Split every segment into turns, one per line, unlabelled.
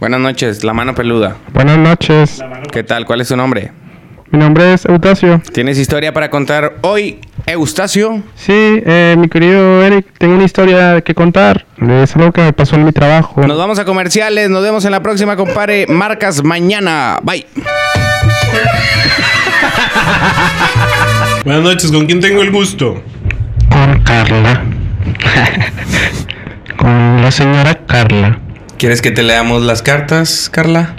Buenas noches, la mano peluda.
Buenas noches.
¿Qué tal? ¿Cuál es su nombre?
Mi nombre es Eustacio.
¿Tienes historia para contar hoy, Eustacio?
Sí, eh, mi querido Eric, tengo una historia que contar. Es algo que me pasó en mi trabajo.
Nos vamos a comerciales, nos vemos en la próxima, compare. Marcas mañana. Bye.
Buenas noches, ¿con quién tengo el gusto?
Con Carla. Con la señora Carla.
¿Quieres que te leamos las cartas, Carla?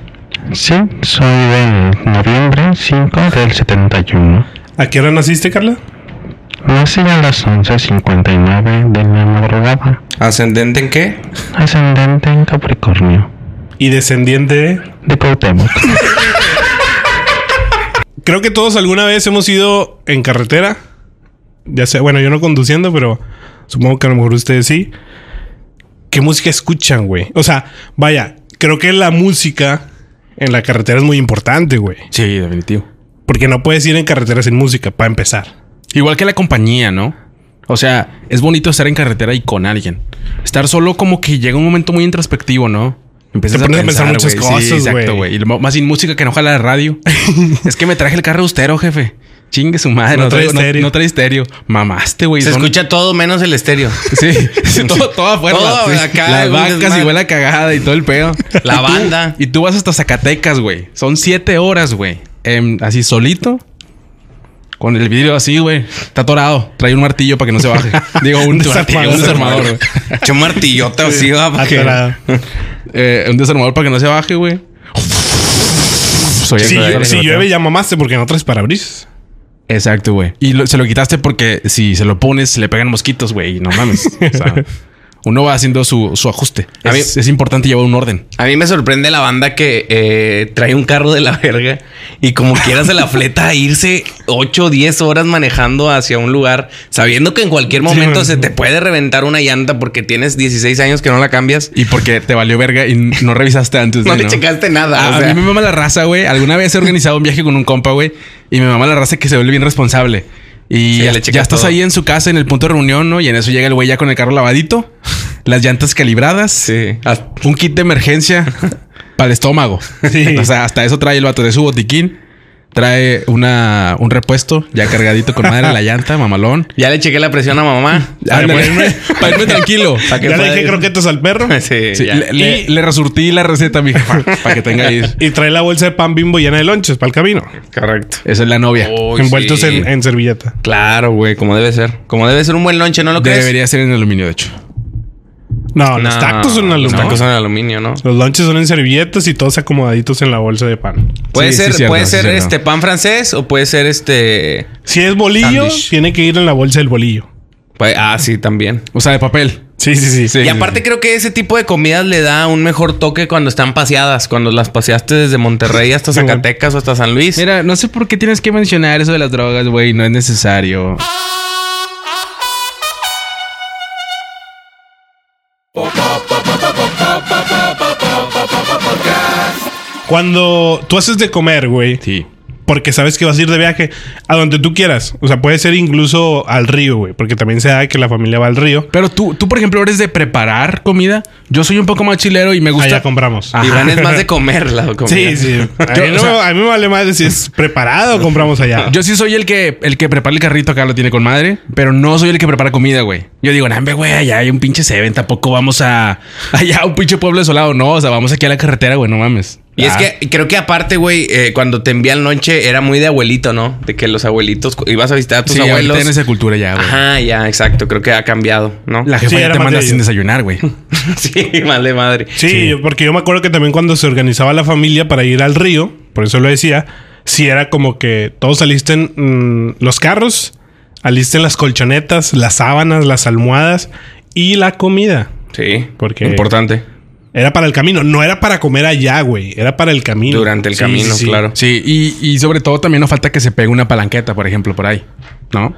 Sí, soy de noviembre 5 del 71.
¿A qué hora naciste, Carla?
Nací a las 11.59 de la madrugada.
¿Ascendente en qué?
Ascendente en Capricornio.
Y descendiente de...
De Cuauhtémoc.
Creo que todos alguna vez hemos ido en carretera. Ya sea, bueno, yo no conduciendo, pero supongo que a lo mejor ustedes sí. ¿Qué música escuchan, güey? O sea, vaya, creo que la música en la carretera es muy importante, güey.
Sí, definitivo.
Porque no puedes ir en carretera sin música, para empezar.
Igual que la compañía, ¿no? O sea, es bonito estar en carretera y con alguien. Estar solo como que llega un momento muy introspectivo, ¿no? Empiezas
Te pones a pensar muchas
güey.
cosas,
Sí,
güey.
exacto, güey. Y lo- más sin música que no jala la radio. es que me traje el carro austero, jefe. Chingue su madre.
No trae
traigo-
estéreo.
no trae estéreo. Mamaste, güey.
Se
Son-
escucha todo menos el estéreo.
Sí, sí, todo, todo afuera.
Todo
Sí.
acá,
Las
un
vacas
desmadre.
y huele a cagada y todo el pedo.
La
Y tú-
banda.
Y tú vas hasta Zacatecas, güey. Son siete horas, güey. Em, así solito. Con el vidrio así, güey. Está atorado. Trae un martillo para que no se baje. Digo, un,
Un
desarmador.
desarmador.
Un desarmador, güey.
Echa un martillote así, va, porque-
Atorado.
Eh, un desarmador para que no se baje, güey. Soy
Si,
el-
llueve-
el-
si llueve, ya mamaste porque no traes parabrisas.
Exacto, güey. Y lo- se lo quitaste porque si se lo pones, le pegan mosquitos, güey. Y No mames. O sea, uno va haciendo su, su ajuste.
A mí-
Es, es importante llevar un orden.
A mí me sorprende la banda que eh, trae un carro de la verga y como quiera se la fleta a irse 8 o 10 horas manejando hacia un lugar, sabiendo que en cualquier momento
man.
se te puede reventar una llanta porque tienes 16 años que no la cambias.
Y porque te valió verga y no revisaste antes.
No
güey,
le checaste nada.
A,
o
a
sea.
mí me mama la raza, güey. Alguna vez he organizado un viaje con un compa, güey. Y me mama la raza que se vuelve bien responsable. Y
Sí,
ya,
le checa
ya estás
todo.
ahí en su casa, en el punto de reunión, ¿no? Y en eso llega el güey ya con el carro lavadito, las llantas calibradas,
Sí.
hasta- un kit de emergencia para el estómago.
Sí.
O sea, hasta eso trae el vato de su botiquín. Trae una, un repuesto ya cargadito con madre la llanta, mamalón.
Ya le chequé la presión a mamá. pues.
Ándale,
para irme-
para irme tranquilo.
Ah, Pa' que
Ya le
pueda
dejé
ir.
croquetas al perro.
Sí,
Sí,
ya.
le, le- le resurtí la receta a mi jefa para que tenga ahí.
Y trae la bolsa de pan bimbo llena de lonches para el camino.
Correcto.
Esa es la novia.
Uy,
envueltos
sí.
en, en servilleta.
Claro, güey, como debe ser. Como debe ser un buen lonche, ¿no lo crees?
Debería ser en aluminio, de hecho.
No,
No,
los tacos son
Los
aluminio.
tacos son en aluminio, ¿no?
Los lonches son en servilletas y todos acomodaditos en la bolsa de pan.
Puede
Sí, sí,
ser,
cierto,
puede
sí,
ser
cierto.
este pan francés o puede ser este.
Si es bolillo,
Sándwich.
tiene que ir en la bolsa del bolillo.
pues, ah, sí, también.
O sea, de papel.
Sí, sí, sí.
Y aparte creo que ese tipo de comidas le da un mejor toque cuando están paseadas, cuando las paseaste desde Monterrey hasta Zacatecas o hasta San Luis.
Mira, no sé por qué tienes que mencionar eso de las drogas, güey. No es necesario.
Cuando tú haces de comer, güey,
Sí.
porque sabes que vas a ir de viaje a donde tú quieras. O sea, puede ser incluso al río, güey, porque también se da que la familia va al río.
Pero tú, tú, por ejemplo, eres de preparar comida. Yo soy un poco más chilero y me gusta.
Allá compramos.
Ah,
Iván es más de comer la comida.
sí, sí. A mí,
Yo,
no
o sea-
me- a mí me vale más si es preparado o compramos allá.
Yo sí soy el que, el que prepara el carrito acá, lo tiene con madre, pero no soy el que prepara comida, güey. Yo digo, nambe, güey, allá hay un pinche Seven, tampoco vamos a allá a un pinche pueblo desolado. No, o sea, vamos aquí a la carretera, güey, no mames.
Y es
Ah.
que creo que aparte, güey, eh, cuando te envían lonche era muy de abuelito, ¿no? De que los abuelitos, cu- ibas a visitar a tus
sí,
abuelos.
abuelos... en esa cultura ya, güey.
Ajá, ya, exacto. Creo que ha cambiado, ¿no?
La jefa
Sí,
ya
era
te
más
manda
de
sin
ellos.
desayunar, güey.
Sí, vale madre.
Sí, yo- porque yo me acuerdo que también cuando se organizaba la familia para ir al río, por eso lo decía, si era como que todos alisten mm, los carros, alisten las colchonetas, las sábanas, las almohadas y la comida.
Sí,
Porque-
importante.
Era para el camino, no era para comer allá, güey, era para el camino.
Durante el
Sí,
camino,
sí, sí.
claro.
Sí, y, y sobre todo también nos falta que se pegue una palanqueta, por ejemplo, por ahí, ¿no?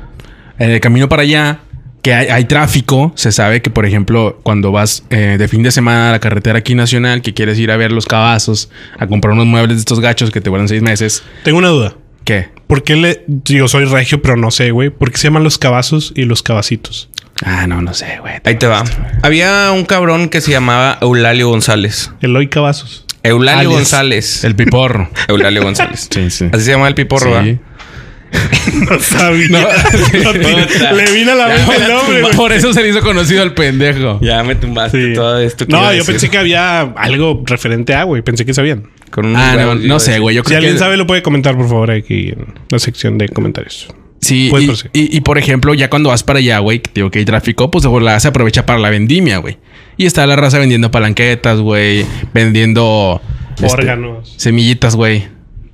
En el camino para allá, que hay, hay tráfico, se sabe que, por ejemplo, cuando vas eh, de fin de semana a la carretera aquí nacional, que quieres ir a ver los cabazos, a comprar unos muebles de estos gachos que te vuelan seis meses,
Tengo una duda.
¿qué?
¿Por qué le digo soy regio, pero no sé, güey? ¿Por qué se llaman los cabazos y los cabacitos?
Ah, no, no sé, güey.
Ahí te va. Había un cabrón que se llamaba Eulalio González.
Eloy Cabazos.
Eulalio
Alias,
González.
El piporro.
Eulalio González.
Sí, sí.
Así se llama el piporro, ¿va?
Sí.
No sabía. No,
Puta.
le vino a la
Ya
mente
me la
el nombre, güey.
Por eso se le hizo conocido al pendejo.
Ya me tumbaste
Sí.
todo esto.
No, yo pensé que había algo referente a, güey. Pensé que sabían.
Ah, no, no sé, güey. Yo
Si
creo
alguien
que...
sabe, lo puede comentar, por favor, aquí en la sección de comentarios.
Sí,
Puede
y,
ser, sí.
y- y, por ejemplo, ya cuando vas para allá, güey, que te digo que hay tráfico, pues de la se aprovecha para la vendimia, güey. Y está la raza vendiendo palanquetas, güey, vendiendo este,
Órganos.
semillitas, güey.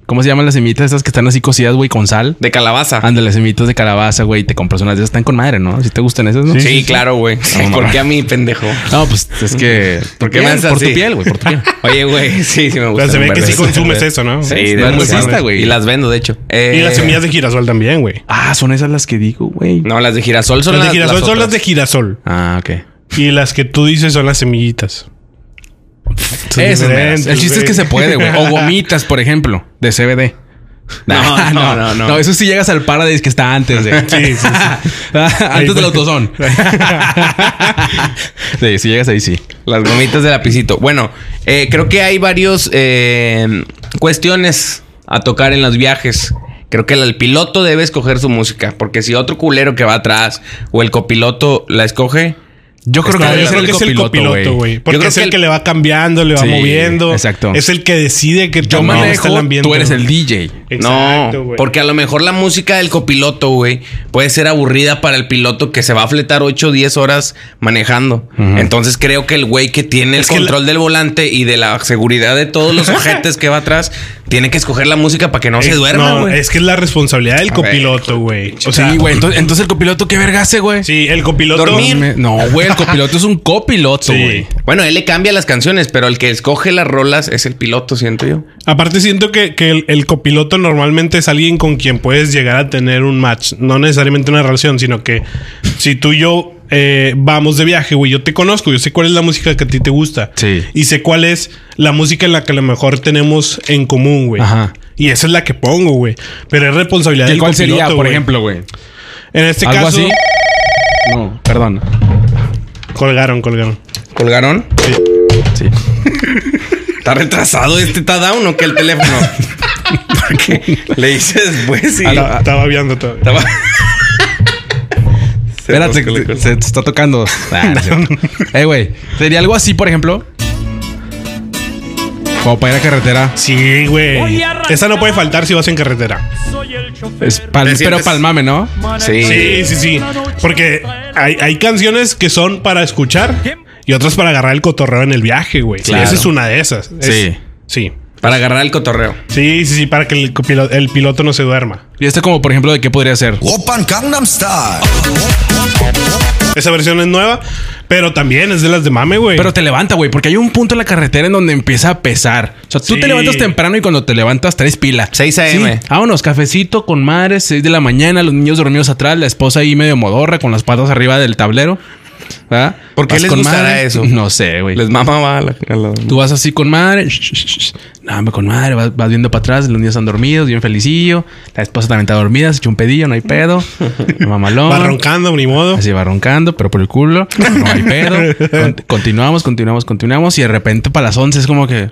¿Cómo se llaman las semillitas estas que están así cocidas, güey, con sal?
De calabaza.
Ándale, semillitas de calabaza, güey, te compras unas de esas, están con madre, ¿no? Si te gustan esas, ¿no?
Sí, claro, güey.
No,
¿Por
mamá.
qué a mí, pendejo?
No, pues es que.
¿Por qué me
Bien,
haces
Por
así?
tu piel, güey, por tu piel.
Oye, güey, sí, sí me gusta.
Pero se ve que sí consumes eso, ¿no?
Sí,
Y
de
Eres
demasiado.
racista, güey.
Y las vendo, de hecho. Eh,
las semillas de girasol también, güey.
Ah, son esas las que digo, güey.
No, las de girasol son
Las
las,
de girasol son las de
otras.
girasol.
Ah, ok.
Y las que tú dices son las semillitas. Son
Esas
diferentes,
meras. El chiste es
güey.
que se puede, güey. O gomitas, por ejemplo, de CBD.
No, no, no, no.
No, eso sí llegas al Paradise que está antes de. Ah,
Sí, sí, sí. Ahí
antes
fue.
del autosón. sí, si llegas ahí, sí.
Las gomitas de lapicito. Bueno, eh, creo que hay varios eh, cuestiones a tocar en los viajes. Creo que el, el piloto debe escoger su música, porque si otro culero que va atrás o el copiloto la escoge,
Yo creo que,
No,
debe
yo
ser
creo que es el copiloto, güey. Porque
creo
es
que
el
el-
que le va cambiando, le va
Sí,
moviendo.
exacto.
Es el que decide que
Yo manejo, tú eres el DJ.
no, porque a lo mejor la música del copiloto, güey, puede ser aburrida para el piloto que se va a fletar 8 o 10 horas manejando. Entonces creo que el güey que tiene el
Es que la-
control del volante y de la seguridad de todos los ojetes que va atrás, tiene que escoger la música para que
Eh,
no se duerma, güey.
es que es la responsabilidad del
ver,
copiloto, güey. O sea,
sí, güey. Entonces, entonces el copiloto, ¿qué verga hace, güey?
sí, el copiloto.
Dormir.
Me- No, güey, el copiloto es un copiloto,
Sí.
güey.
Bueno, él le cambia las canciones, pero el que escoge las rolas es el piloto, siento yo.
Aparte, siento que, que el, el copiloto normalmente es alguien con quien puedes llegar a tener un match. No necesariamente una relación, sino que si tú y yo eh, vamos de viaje, güey, yo te conozco, yo sé cuál es la música que a ti te gusta.
Sí.
Y sé cuál es la música en la que a lo mejor tenemos en común, güey.
Ajá.
Y esa es la que pongo, güey. Pero es responsabilidad
¿Y
del
cuál sería,
copiloto,
por
güey.
ejemplo, güey?
En este
¿Algo
caso,
así? No, perdón.
colgaron, colgaron.
¿Colgaron?
Sí.
Sí.
¿Está retrasado este? ¿Está down o qué el teléfono? Porque le hice después y...
Estaba- Estaba viendo todavía.
Estaba-
Espérate, que te- se te está tocando. Ah, no es cierto. Eh, güey. Sería algo así, por ejemplo. Como para ir a carretera.
Sí, güey. Esa no puede faltar si vas en carretera.
Es pal-
Te
pero
sientes-
palmame, ¿no?
Sí.
Sí, sí, sí. Porque hay, hay canciones que son para escuchar y otras para agarrar el cotorreo en el viaje, güey.
Claro.
Esa es una de esas. Es-
Sí.
Sí.
Para agarrar el cotorreo.
Sí, sí, sí, para que el piloto, el piloto no se duerma.
Y esto como, por ejemplo, de qué podría ser.
오빤 강남스타일
Esa versión es nueva, pero también es de las de mame, güey.
Pero te levanta, güey, porque hay un punto en la carretera en donde empieza a pesar. O sea, tú
Sí.
te levantas temprano y cuando te levantas traes pila.
6 AM.
Sí. Vámonos, cafecito con madres, 6 de la mañana, los niños dormidos atrás, la esposa ahí medio modorra con las patas arriba del tablero. ¿Verdad?
¿Por qué
Vas
les
con
gustará
madre.
eso?
No sé, güey.
Les mama va a la... a la-
Tú vas así con madre. sh- sh- sh- sh. No, hombre, con madre. Vas, vas viendo para atrás. Los niños están dormidos, bien felicillo. La esposa también está dormida. Se echó un pedillo, no hay pedo. Mamalón.
Va roncando, ni modo.
Así va roncando, pero por el culo. No hay pedo. Con- continuamos, continuamos, continuamos. Y de repente para las 11 es como que...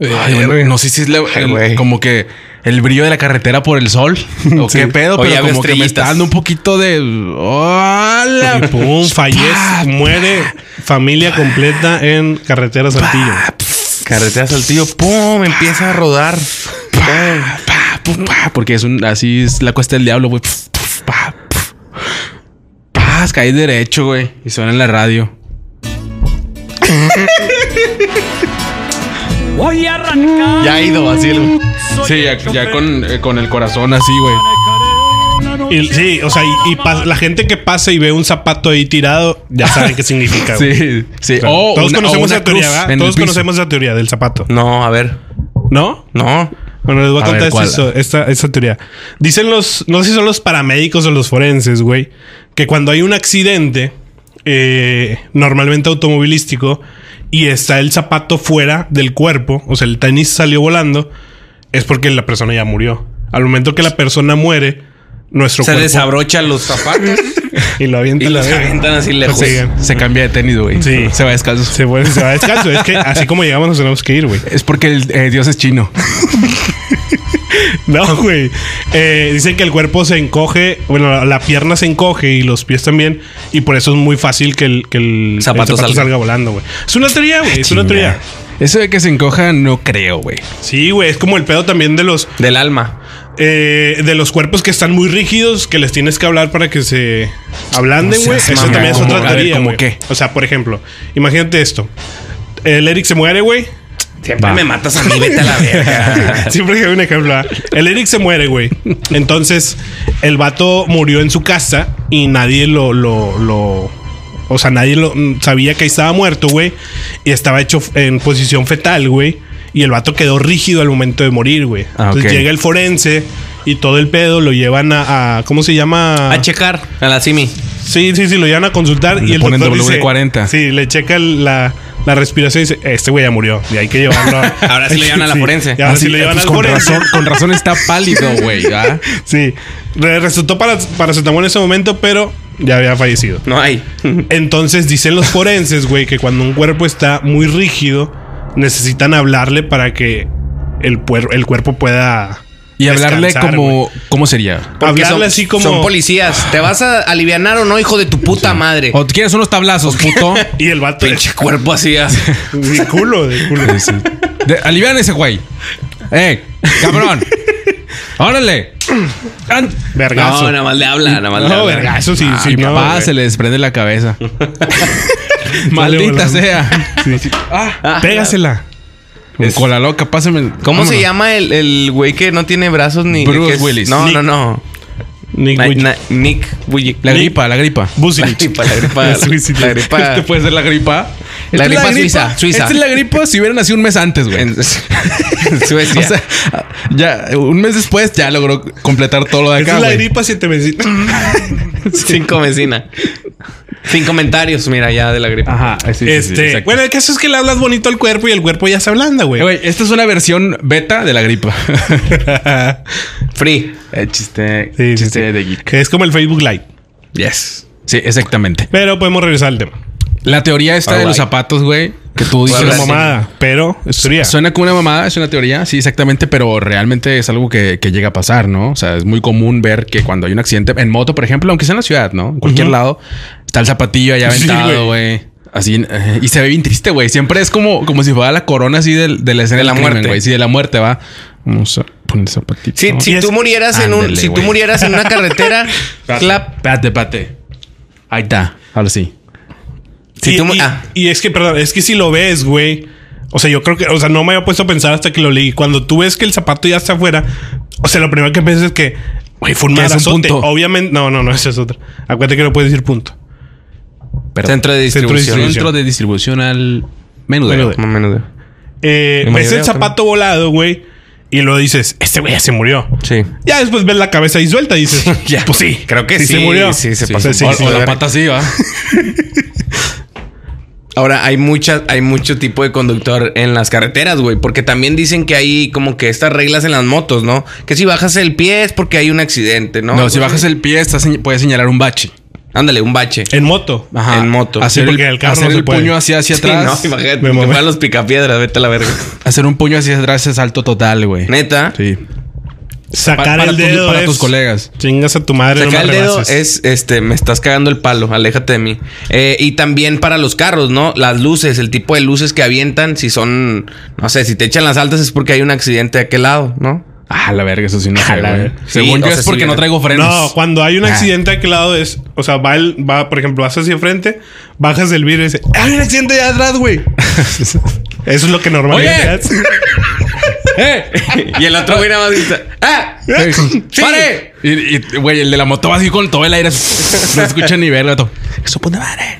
ay, bueno, no sé si es la-
Ay,
el-
güey.
como que el brillo de la carretera por el sol. O qué pedo,
O ya
pero
ve
como que me
estrellitas.
está dando un poquito de... ¡Hola!
Y pum, fallece, muere familia completa en carretera Saltillo.
Carretera Saltillo. ¡Pum! Empieza a rodar.
Pa, pu, pa, porque es un, así es la cuesta del diablo, güey. Pf, pf, pa, pf. Pas, caí derecho, güey. Y suena en la radio.
Voy a arrancar.
Ya ha ido así el...
Sí, ya, ya con, eh, con el corazón así, güey.
Y- sí, o sea, y, y pas- la gente que pasa y ve un zapato ahí tirado, ya saben qué significa. güey.
Sí, sí.
Claro.
O
Todos
una- o
conocemos
una
esa teoría,
cruz
¿verdad?
en el
Todos
piso.
conocemos esa teoría del zapato.
No, a ver.
¿No?
No.
Bueno, les voy a,
A
contar
ver,
esta,
¿cuál?
histo- esta, esta teoría. Dicen los, no sé si son los paramédicos o los forenses, güey, que cuando hay un accidente, eh, normalmente automovilístico, y está el zapato fuera del cuerpo, o sea, el tenis salió volando, es porque la persona ya murió. Al momento que la persona muere, nuestro
Se
cuerpo
desabrocha los zapatos
y lo avienta
y
a la
los
verga.
avientan así lejos.
Sigan.
Se cambia de tenis, güey.
Sí.
Se va descalzo.
Se, vuelve- se va a descanso. es que así como llegamos nos tenemos que ir, güey.
Es porque el eh, dios es chino.
No, güey. Eh, dicen que el cuerpo se encoge, bueno, la, la pierna se encoge y los pies también. Y por eso es muy fácil que el, que el el
Zapato salga.
volando, güey. Es una teoría, güey. Es una teoría.
Eso de que se encoja, no creo, güey.
Sí, güey. Es como el pedo también de los,
Del alma.
eh, de los cuerpos que están muy rígidos, que les tienes que hablar para que se ablanden,
No
güey.
seas
Eso
mamón.
también es
¿Cómo?
otra
A ver,
teoría,
¿cómo
güey.
qué?
O sea, por ejemplo, imagínate esto. El Eric se muere, güey.
Siempre
Va.
me matas a mí, vete a la verga.
Siempre que hay un ejemplo. ¿ah? El Eric se muere, güey. Entonces, el vato murió en su casa y nadie lo. lo, lo- o sea, nadie lo, mm, sabía que estaba muerto, güey. Y estaba hecho f- en posición fetal, güey. Y el vato quedó rígido al momento de morir, güey.
Ah,
Entonces
ok.
llega el forense y todo el pedo lo llevan a. a- ¿Cómo se llama?
A checar a la Simi.
Sí, sí, sí, lo llevan a consultar
Le
y el
ponen
doctor dice-
W40.
Sí, le checa el- la, la respiración y dice, este güey ya murió. Y hay que llevarlo. a-
Ahora sí lo llevan a la forense.
y ahora sí
Así,
lo llevan
eh,
al
pues, con,
forense.
razón, con razón está pálido, güey. ¿ah?
Sí, Re- resultó para paracetamol en ese momento, pero ya había fallecido.
No hay.
Entonces dicen los forenses, güey, que cuando un cuerpo está muy rígido, necesitan hablarle para que el, puer- el cuerpo pueda.
Y hablarle
descansar, güey.
como... ¿Cómo sería?
Porque
Hablarle
son-
así como.
Son policías. ¿Te vas a alivianar o no, hijo de tu puta madre?
¿O quieres unos tablazos, puto?
Y el vato.
Pinche cuerpo así. así.
De culo, de culo.
De- alivian ese güey. ¡Eh! ¡Cabrón! órale. An-
Vergazo.
No, nada más le habla, nada más le
No,
habla.
vergazo, sí, sí,
Mi
no,
papá
güey.
Ah, se le desprende la cabeza. Maldita
volando.
sea.
Sí, sí.
Ah,
Pégasela.
Un cola loca, pásame. el-
¿Cómo se
vámonos.
llama el, el güey que no tiene brazos ni...
Bruce
que es-
Willis.
No,
Nick-
no, no.
Nick
Na-
Wich-
na- Nick Willis.
La
La,
gripa, la gripa.
Bucinich.
gripa, la gripa. La,
Suicida.
la gripa.
Este puede ser la gripa.
La
Esta es
gripa suiza, suiza.
Esta es la gripa si hubiera nacido un mes antes, güey.
En, en Suecia.
O sea, ya un mes después ya logró completar todo lo de
Esa
acá,
es la
güey.
gripa siete meses.
Cinco vecina. Sin comentarios, mira, ya de la gripa.
Ajá, sí, sí, sí,
este,
exacto.
bueno, el caso es que le hablas bonito al cuerpo y el cuerpo ya se ablanda, güey.
Eh, güey, esta es una versión beta de la gripa.
Free.
Eh, chiste,
Sí, sí,
chiste
sí.
de geek.
Que es como el Facebook Live.
Yes.
Sí, exactamente.
Pero podemos regresar al tema.
La teoría está de
Alright.
los zapatos, güey, que tú
Pues
dices.
Una
sí.
mamada, pero es teoría.
Suena como una mamada, es una teoría, sí, exactamente, pero realmente es algo que, que llega a pasar, ¿no? O sea, es muy común ver que cuando hay un accidente, en moto, por ejemplo, aunque sea en la ciudad, ¿no? En cualquier
Ujú.
lado, está el zapatillo allá
Sí,
aventado,
güey.
güey. Así, eh, y se ve bien triste, güey. Siempre es como, como si fuera la corona así del- de la escena
De la
del crimen,
muerte.
güey. Sí, de la muerte, va. Vamos a poner zapatito.
Si, si
Y es-
tú murieras en un,
Ándele,
si tú
güey.
murieras en una carretera, clap.
Espérate, espérate. Ahí está. Ahora sí.
Si
y,
tú mu-
y-
ah.
y es que, perdón, es que si lo ves, güey. O sea, yo creo que, o sea, no me había puesto a pensar hasta que lo leí. Cuando tú ves que el zapato ya está afuera, o sea, lo primero que piensas es que, güey, fue un
Que es un
marazote.
punto.
Obviamente, no, no, no, esa es otra. Acuérdate que no puedes decir punto.
Perdón.
Centro de
Centro de
distribución.
distribución.
Centro de distribución al menudeo.
Menudeo.
Más o menos.
Eh,
La
ves
mayoría
el zapato volado, güey, y lo dices, este güey ya se murió.
Sí.
Ya después ves la cabeza ahí suelta y dices,
Ya.
pues sí,
Creo que
se
sí,
murió.
sí, se
Sí.
pasó.
Sí, sí,
o,
sí,
o
la
la
verga.
pata así, va.
Ahora, hay muchas, hay mucho tipo de conductor en las carreteras, güey. Porque también dicen que hay como que estas reglas en las motos, ¿no? Que si bajas el pie es porque hay un accidente, ¿no?
No, si bajas el pie, estás, señ- puedes señalar un bache.
Ándale, un bache.
En moto.
Ajá. En moto.
Hacer
Sí,
el,
porque el carro
hacer
no se
el
puede.
puño hacia, hacia
Sí,
atrás.
no, imagínate.
Me
que
mamé.
fueran los picapiedras, vete a la verga.
hacer un puño hacia atrás es salto total, güey.
Neta.
Sí. Pa-
Sacar
para
el
tus-
dedo.
para
es-
tus colegas.
Chingas a tu madre.
Sacar el
me
dedo
rebases.
es, este, me estás cagando el palo, aléjate de mí. Eh, y también para los carros, ¿no? Las luces, el tipo de luces que avientan, si son, no sé, si te echan las altas es porque hay un accidente de aquel lado, ¿no?
Ah, la verga, eso sí no
Ah,
sé,
la
güey.
verga. Sí,
Según yo
o sea,
es porque
sí,
no
eh.
traigo frenos.
No, cuando hay un
Ah.
accidente a aquel lado es. O sea, va, el, va por ejemplo, vas hacia frente, bajas del vidrio y dices, ¡Hay un accidente allá atrás, güey! Eso es lo que normalmente
Oye.
haces.
¡Eh!
y el otro güey nada más grita, ¡ah!
Sí.
¡Pare!
Y, y, güey, el de la moto va así con todo el aire. No se escucha ni verga, gato. ¡Eso puta madre!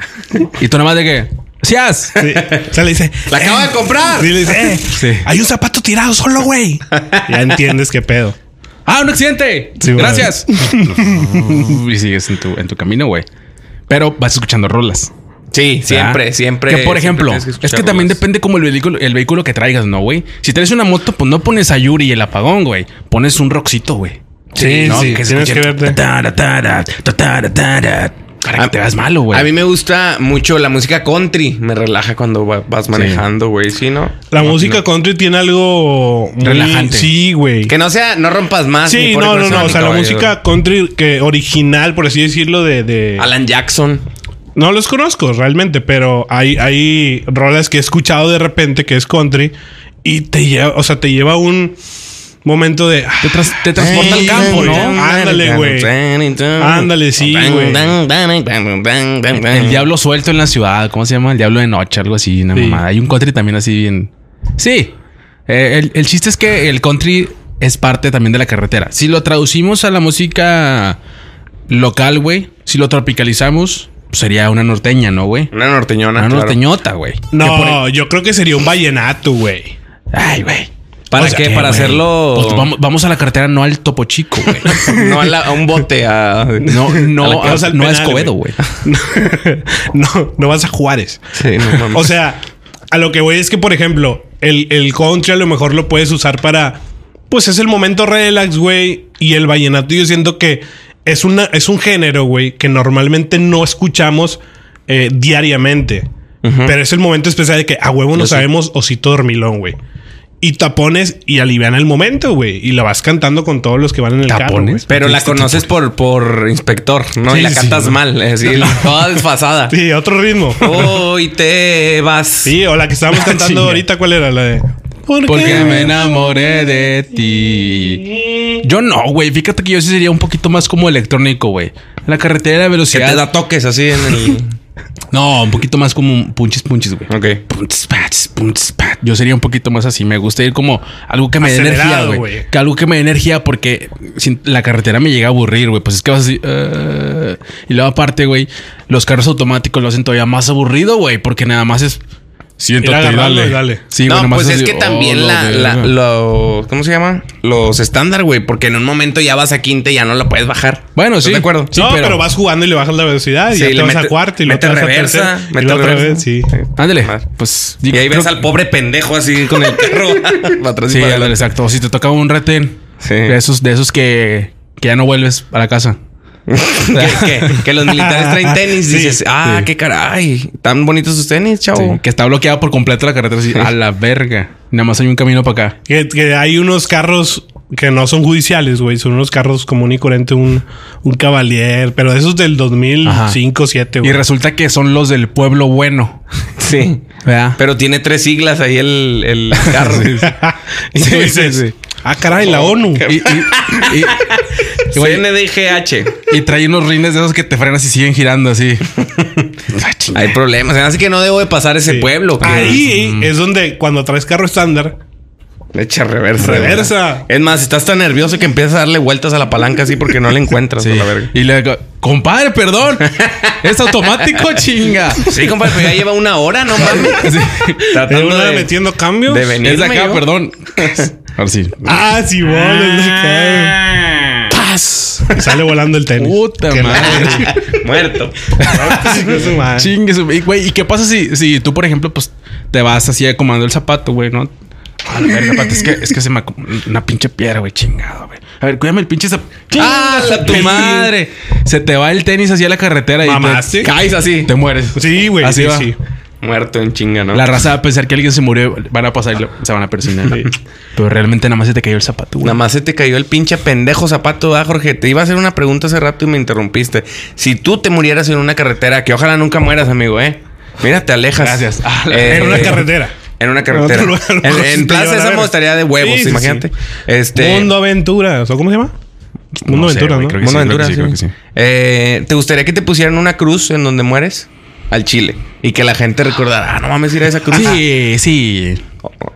Y tú nomás de que... ¡Sias!
Sí. O sea, le dice,
¡La acabo de comprar!
Sí, le dice, "Eh,
Sí.
hay un zapato tirado solo, güey. ya entiendes qué pedo.
¡Ah, un accidente!
Sí, güey.
¡Gracias! y sigues en tu, en tu camino, güey. Pero vas escuchando rolas.
Sí, siempre,
¿verdad?
siempre.
Que por ejemplo,
siempre tienes
es que
escuchar
también
rolas.
depende como el vehículo, el vehículo que traigas, ¿no, güey? Si traes una moto, pues no pones a Yuri y el apagón, güey. Pones un roxito, güey.
Sí,
¿no?
sí,
Que se
tienes que
escuche
verte.
tatara, tatara, tatara, tatara, Para que
A-
te veas malo, güey.
A mí me gusta mucho la música country. Me relaja cuando va- vas manejando, güey. Sí, ¿no?
La música country tiene algo muy-
Relajante.
Sí, güey.
Que no sea, no rompas más.
Sí,
ni por
no, no,
impresión,
no. O
ni
sea, la
caballo.
música country que original, por así decirlo, de. de-
Alan Jackson.
No los conozco realmente, pero hay, hay rolas que he escuchado de repente que es country y te lleva, o sea, te lleva a un momento de. ah,
Te, tras- te transporta al
Sí,
campo,
güey.
¿no?
Ándale, güey. Ándale, sí, güey.
El diablo suelto en la ciudad. ¿Cómo se llama? El diablo de noche, algo así, una
Sí.
mamada. Hay un country también así bien. Sí. Eh, el, el chiste es que el country es parte también de la carretera. Si lo traducimos a la música local, güey, si lo tropicalizamos, pues sería una norteña, ¿no, güey?
Una norteñona.
Una
claro.
norteñota, güey.
No, yo creo que sería un vallenato, güey.
Ay, güey.
¿Para
O sea,
qué? Para
Pues güey?
hacerlo.
Pues vamos, vamos a la carretera, no al topo chico, güey.
No a, la- a un bote. A...
No,
A
no,
la que
a-
vas al
no a
penal,
Escobedo,
güey.
güey.
no, no vas a Juárez.
Sí, no mames.
O sea, a lo que voy es que, por ejemplo, el, el country a lo mejor lo puedes usar para. Pues es el momento relax, güey. Y el vallenato, yo siento que es, una, es un género, güey, que normalmente no escuchamos eh, diariamente. Pero es el momento especial de que a huevo no sabemos osito dormilón, güey. Y tapones y alivian el momento, güey. Y la vas cantando con todos los que van en el carro. güey.
Tapones.
Pero la conoces por, por inspector, ¿no? y
Sí,
la
sí,
cantas
sí.
mal. Es decir, toda desfasada.
Sí, otro ritmo.
Oh. Hoy te vas.
Sí, o la que estábamos cantando
Chinga.
ahorita, ¿cuál era? La de. ¿Por
Porque me enamoré de ti. Yo no, güey. Fíjate que yo sí sería un poquito más como electrónico, güey. La carretera,
Que te
velocidad.
da toques así en el.
No, un poquito más como un punchis, punchis, güey.
ok.
Punts, pats, punts, pat. Yo sería un poquito más así. Me gusta ir como algo que me dé
Acelerado,
energía, güey.
güey.
Que algo que me dé energía porque sin- la carretera me llega a aburrir, güey. Pues es que vas así. eh, Y luego, aparte, güey, los carros automáticos lo hacen todavía más aburrido, güey, porque nada más es. Siéntate y
agarrando
dale.
y dale.
Sí,
no,
güey, nomás
pues es
así,
que
oh,
también
lo
la, la-
verga.
lo- ¿Cómo se llama? Los estándar, güey. Porque en un momento ya vas a quinta y ya no la puedes bajar.
Bueno,
¿Estás
sí.
de acuerdo?
Sí,
no, pero...
pero
vas jugando y le bajas la velocidad y
Sí,
ya
le
te vas a
mete-
cuarto y luego
mete
te vas a
reversa,
tercera y
mete
la otra
reversa.
vez, sí.
Ándale.
Madre.
Pues.
Y ahí ves
creo-
al pobre pendejo así con el carro. para atrás y
Sí,
para
ándale,
adelante.
exacto. O si te toca un retén.
Sí.
De esos, de esos que, que ya no vuelves a la casa.
que, que- que los militares traen tenis.
Sí,
dices, ah, qué caray. Tan bonitos sus tenis, chavo.
Sí, que está bloqueado por completo la carretera. así, a la verga. Nada más hay un camino para acá.
Que, que hay unos carros que no son judiciales, güey. Son unos carros común y corriente, un, un Cavalier. Pero esos del 2005, 2007,
Y
güey.
resulta que son los del pueblo bueno.
Sí.
¿Verdad?
Pero tiene tres siglas ahí el, el carro.
Y tú
Sí,
dices,
sí, sí.
ah, caray, la ONU.
Y, y- y- y, güey,
CNDGH.
y trae unos rines de esos que te frenas y siguen girando así.
Hay problemas. Así que no debo de pasar ese
Sí.
pueblo. que-
Ahí es donde cuando traes carro estándar,
Echa reversa.
Reversa.
güey. Es más, estás tan nervioso que empiezas a darle vueltas a la palanca así porque no la encuentras. a
Sí.
la verga.
Y le digo, compadre, perdón. Es automático, chinga.
Sí, compadre, pero ya lleva una hora, no mames.
de
Tratando
una
de,
metiendo cambios.
de venir.
Es de acá,
yo.
perdón. Ahora sí.
Ah, sí, bueno, es de acá.
¡Paz!
Y sale volando el tenis.
Puta
Que la-
madre.
Muerto.
Chingue su madre.
Chingue su- y, güey, ¿y qué pasa si, si tú, por ejemplo, pues te vas así acomodando el zapato, güey, no? A la verga, pata, es que, es que se me acom- una pinche piedra, güey, chingado, güey. A ver, cuídame el pinche zapato. ¡Ah,
la
tu
pin-
madre! Se te va el tenis hacia la carretera y
Mamaste.
te caes así. Te mueres.
Sí, güey.
Así
sí,
va.
sí.
Muerto en chinga, ¿no?
La raza va a pensar que alguien se murió, van a pasar y lo- se van a persignar. Pero realmente nada más se te cayó el zapato, güey.
Nada más se te cayó el pinche pendejo zapato, ah, Jorge? Te iba a hacer una pregunta hace rato y me interrumpiste. Si tú te murieras en una carretera, que ojalá nunca mueras, amigo, ¿eh? Mira, te alejas.
Gracias. Ah, la-
Eh,
En una carretera.
En una carretera.
En otro lugar,
en
no,
en
sí,
Plaza
la
esa
verga.
estaría de huevos,
Sí, sí,
imagínate.
sí.
Este,
Mundo Aventuras. ¿O cómo se llama? Mundo
No sé,
Aventuras,
güey,
¿no?
creo que
Mundo
sí,
Aventura,
creo que
sí.
sí, creo que sí.
Eh, ¿Te gustaría que te pusieran una cruz en donde mueres? Al Chile. Y que la gente recordara, ah, no mames, ir a esa cruz.
Sí, sí.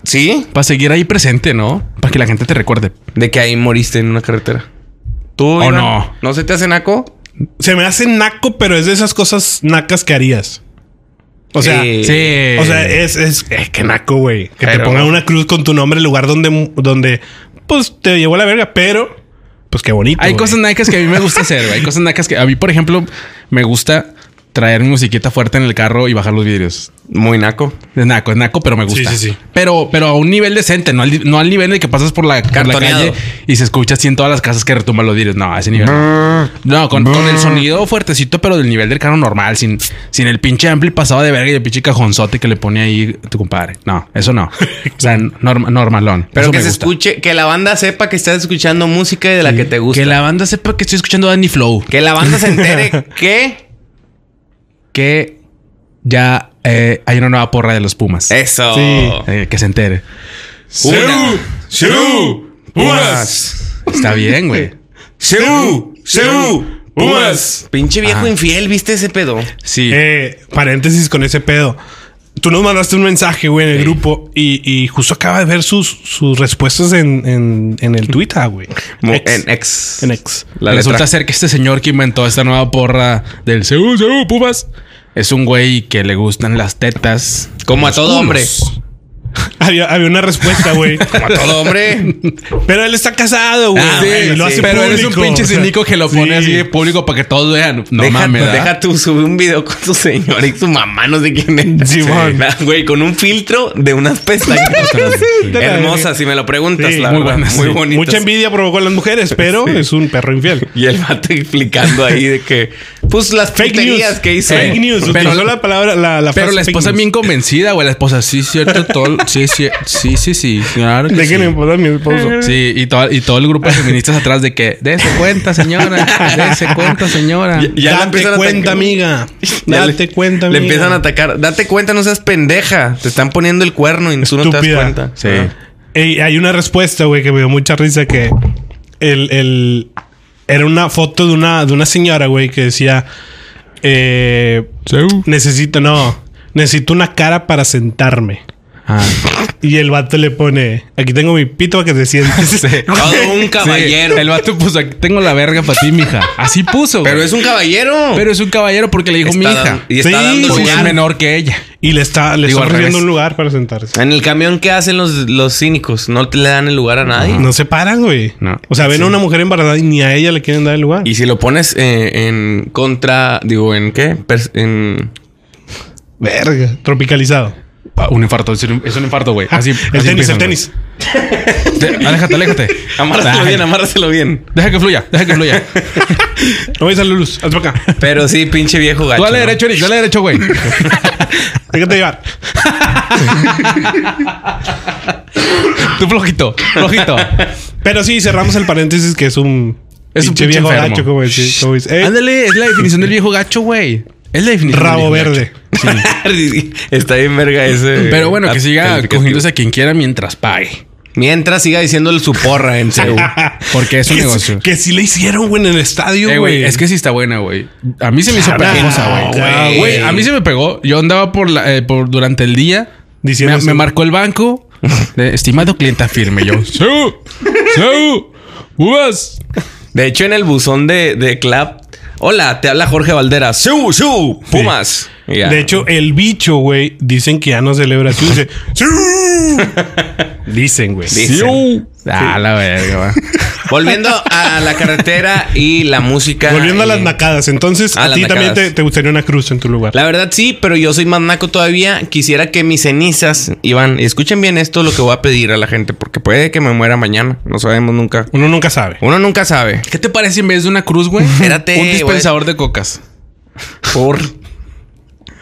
¿Sí?
Para seguir ahí presente, ¿no? Para que la gente te recuerde.
De que ahí moriste en una carretera. ¿Tú,
Oh,
Iván,
no.
¿No se te hace naco?
Se me hace naco, pero es de esas cosas nacas que harías. O sea,
Eh,
Sí.
o sea, es, es, es que naco, güey. Que
Pero-
te pongan una cruz con tu nombre, el lugar donde, donde pues te llevó la verga, pero pues qué bonito.
Hay
güey.
cosas nacas que a mí me gusta hacer, güey. Hay cosas nacas que a mí, por ejemplo, me gusta traer mi musiquita fuerte en el carro y bajar los vidrios.
Muy naco.
Es naco, es naco, pero me gusta.
Sí, sí, sí.
Pero, pero a un nivel decente, no al, no al nivel de que pasas por la, por la
Cartoneado.
calle y se escucha así en todas las casas que retumban los vidrios. No, a ese nivel. No, con, con el sonido fuertecito, pero del nivel del carro normal, sin, sin el pinche ampli pasado de verga y el pinche cajonzote que le pone ahí tu compadre. No, eso no. O sea, norm- normalón.
Pero
Eso
que
me
se
gusta.
escuche, que la banda sepa que estás escuchando música de la que te gusta.
Que la banda sepa que estoy escuchando Danny Flow.
Que la banda se entere que.
Que ya eh, hay una nueva porra de los Pumas.
Eso.
Sí.
Eh, que se entere.
Una.
¡Siu!
Está bien, güey.
¡Siu! ¡Siu! ¡Pumas!
Pinche viejo infiel, ¿viste ese pedo?
Sí.
Eh, paréntesis con ese pedo. Tú nos mandaste un mensaje, güey, en el grupo y, y justo acaba de ver sus, sus respuestas en, en, en el Twitter, güey.
Mo-
Ex.
En ex.
En ex.
La
Resulta
letra.
ser que este señor que inventó esta nueva porra del Seú, Seú, Pumas es un güey que le gustan las tetas.
Como a todo
Había, había una respuesta, güey.
hombre. Como a todo hombre.
pero él está casado, güey.
Ah,
Sí,
bueno,
y lo
sí,
hace
pero eres un
público,
pinche
o sea,
cínico que lo pone
sí.
así de público para que todos vean. No
deja,
mames. ¿verdad?
deja tú subir un video con tu señor y su mamá, no sé quién es.
Simón.
Güey, con un filtro de unas pestañas. Hermosas, si me lo preguntas,
Sí,
la
muy
verdad.
buenas,
Muy
sí.
bonitas.
Mucha envidia provocó en las mujeres, pero es un perro infiel.
Y el vato explicando ahí de que, pues las
Fake news.
puterías que hizo.
Fake news.
Pero-
Utilizó la palabra, la, la
Pero
frase
la
fake
esposa
news.
bien convencida, güey. La esposa, sí, cierto, todo. Sí, sí, sí, sí, sí. Claro que
Dejen
sí.
en paz a mi esposo.
Sí, y todo, y todo el grupo de feministas atrás de que, dése cuenta, señora, dése cuenta, señora.
Y- ya la
Date
empiezan a
cuenta,
atacar.
amiga.
Ya le-
Date cuenta,
Le
amiga.
empiezan a atacar. Date cuenta, no seas pendeja. Te están poniendo el cuerno y tú no te das
Estúpida.
cuenta. Ah.
Sí.
Ey, hay una respuesta, güey, que me dio mucha risa que el, el- era una foto de una, de una señora, güey, que decía eh, necesito, no, necesito una cara para sentarme.
Ah.
Y el vato le pone, aquí tengo mi pito para que te sientes.
Todo un caballero.
Sí, el vato puso, aquí tengo la verga para ti, mija. Así puso. güey.
Pero es un caballero.
Pero es un caballero porque le dijo
Está
mi
dan-
hija.
y está
Sí,
dando
Porque es
collar.
menor que ella.
Y le está, le
Digo,
está
al
ofreciendo
revés. Ah.
un lugar para sentarse.
En el camión, ¿qué hacen los, los cínicos? No te le dan el lugar a nadie.
No se paran, güey.
No.
O sea, ven a una mujer embarazada y ni a ella le quieren dar el lugar.
Y si lo pones eh, en contra, digo, ¿en qué? Pers- en-
Verga. Tropicalizado.
Ah, Un infarto, es un, es un infarto, güey. Así,
el
así
tenis,
empiezan,
el tenis.
güey. Te- aléjate, aléjate.
Amárraselo
Ay,
bien, amárraselo bien.
Deja que fluya, deja que fluya.
No vais a la luz. Hazte para acá.
Pero sí, pinche viejo gacho.
Tú dale
¿no?
derecho, Eric, dale derecho, güey.
Déjate llevar.
Tú flojito, flojito.
Pero sí, cerramos el paréntesis que es un.
Es un
pinche
pinche
viejo
enfermo.
gacho, como decir. como dice, eh,
Ándale, es la definición del viejo gacho, güey. Es la definición. del
rabo
viejo gacho.
verde.
Está bien verga ese.
Pero bueno, que
ah,
siga
calificativo.
cogiéndose a quien quiera mientras pague.
Mientras siga diciéndole su porra en Seúl.
Porque es un
Que sí-
negocio.
Que sí le hicieron, güey, en el estadio,
Eh,
güey.
güey, es que sí está buena, güey. A mí se me hizo
Claro que
pegajosa,
no,
güey.
güey.
Güey, a mí se me pegó. Yo andaba por, la- eh, por durante el día.
Diciendo
me,
eso.
me marcó el banco. de, Estimado cliente firme. Yo, ¡Seu! ¡Seu! ¡Uvas!
De hecho, en el buzón de, de Clap. Hola, te habla Jorge Valdera. ¡Siu, siu! ¡Pumas! Y ya.
De hecho, el bicho, güey, dicen que ya no celebra. Sí, dice, "Sí". Dicen, güey.
Dicen.
¡Seu! Ah, la verga, va.
Volviendo a la carretera y la música. eh,
Volviendo a
y-
las nacadas. Entonces,
Ah,
A
a,
las
ti también
nacadas.
te, te gustaría una cruz en tu lugar.
La verdad sí, pero yo soy más naco todavía. Quisiera que mis cenizas, Iván, escuchen bien esto, lo que voy a pedir a la gente, porque puede que me muera mañana. No sabemos nunca.
Uno nunca sabe.
Uno nunca sabe.
¿Qué te parece en vez de una cruz, güey?
Espérate,
Un dispensador de cocas.
Por.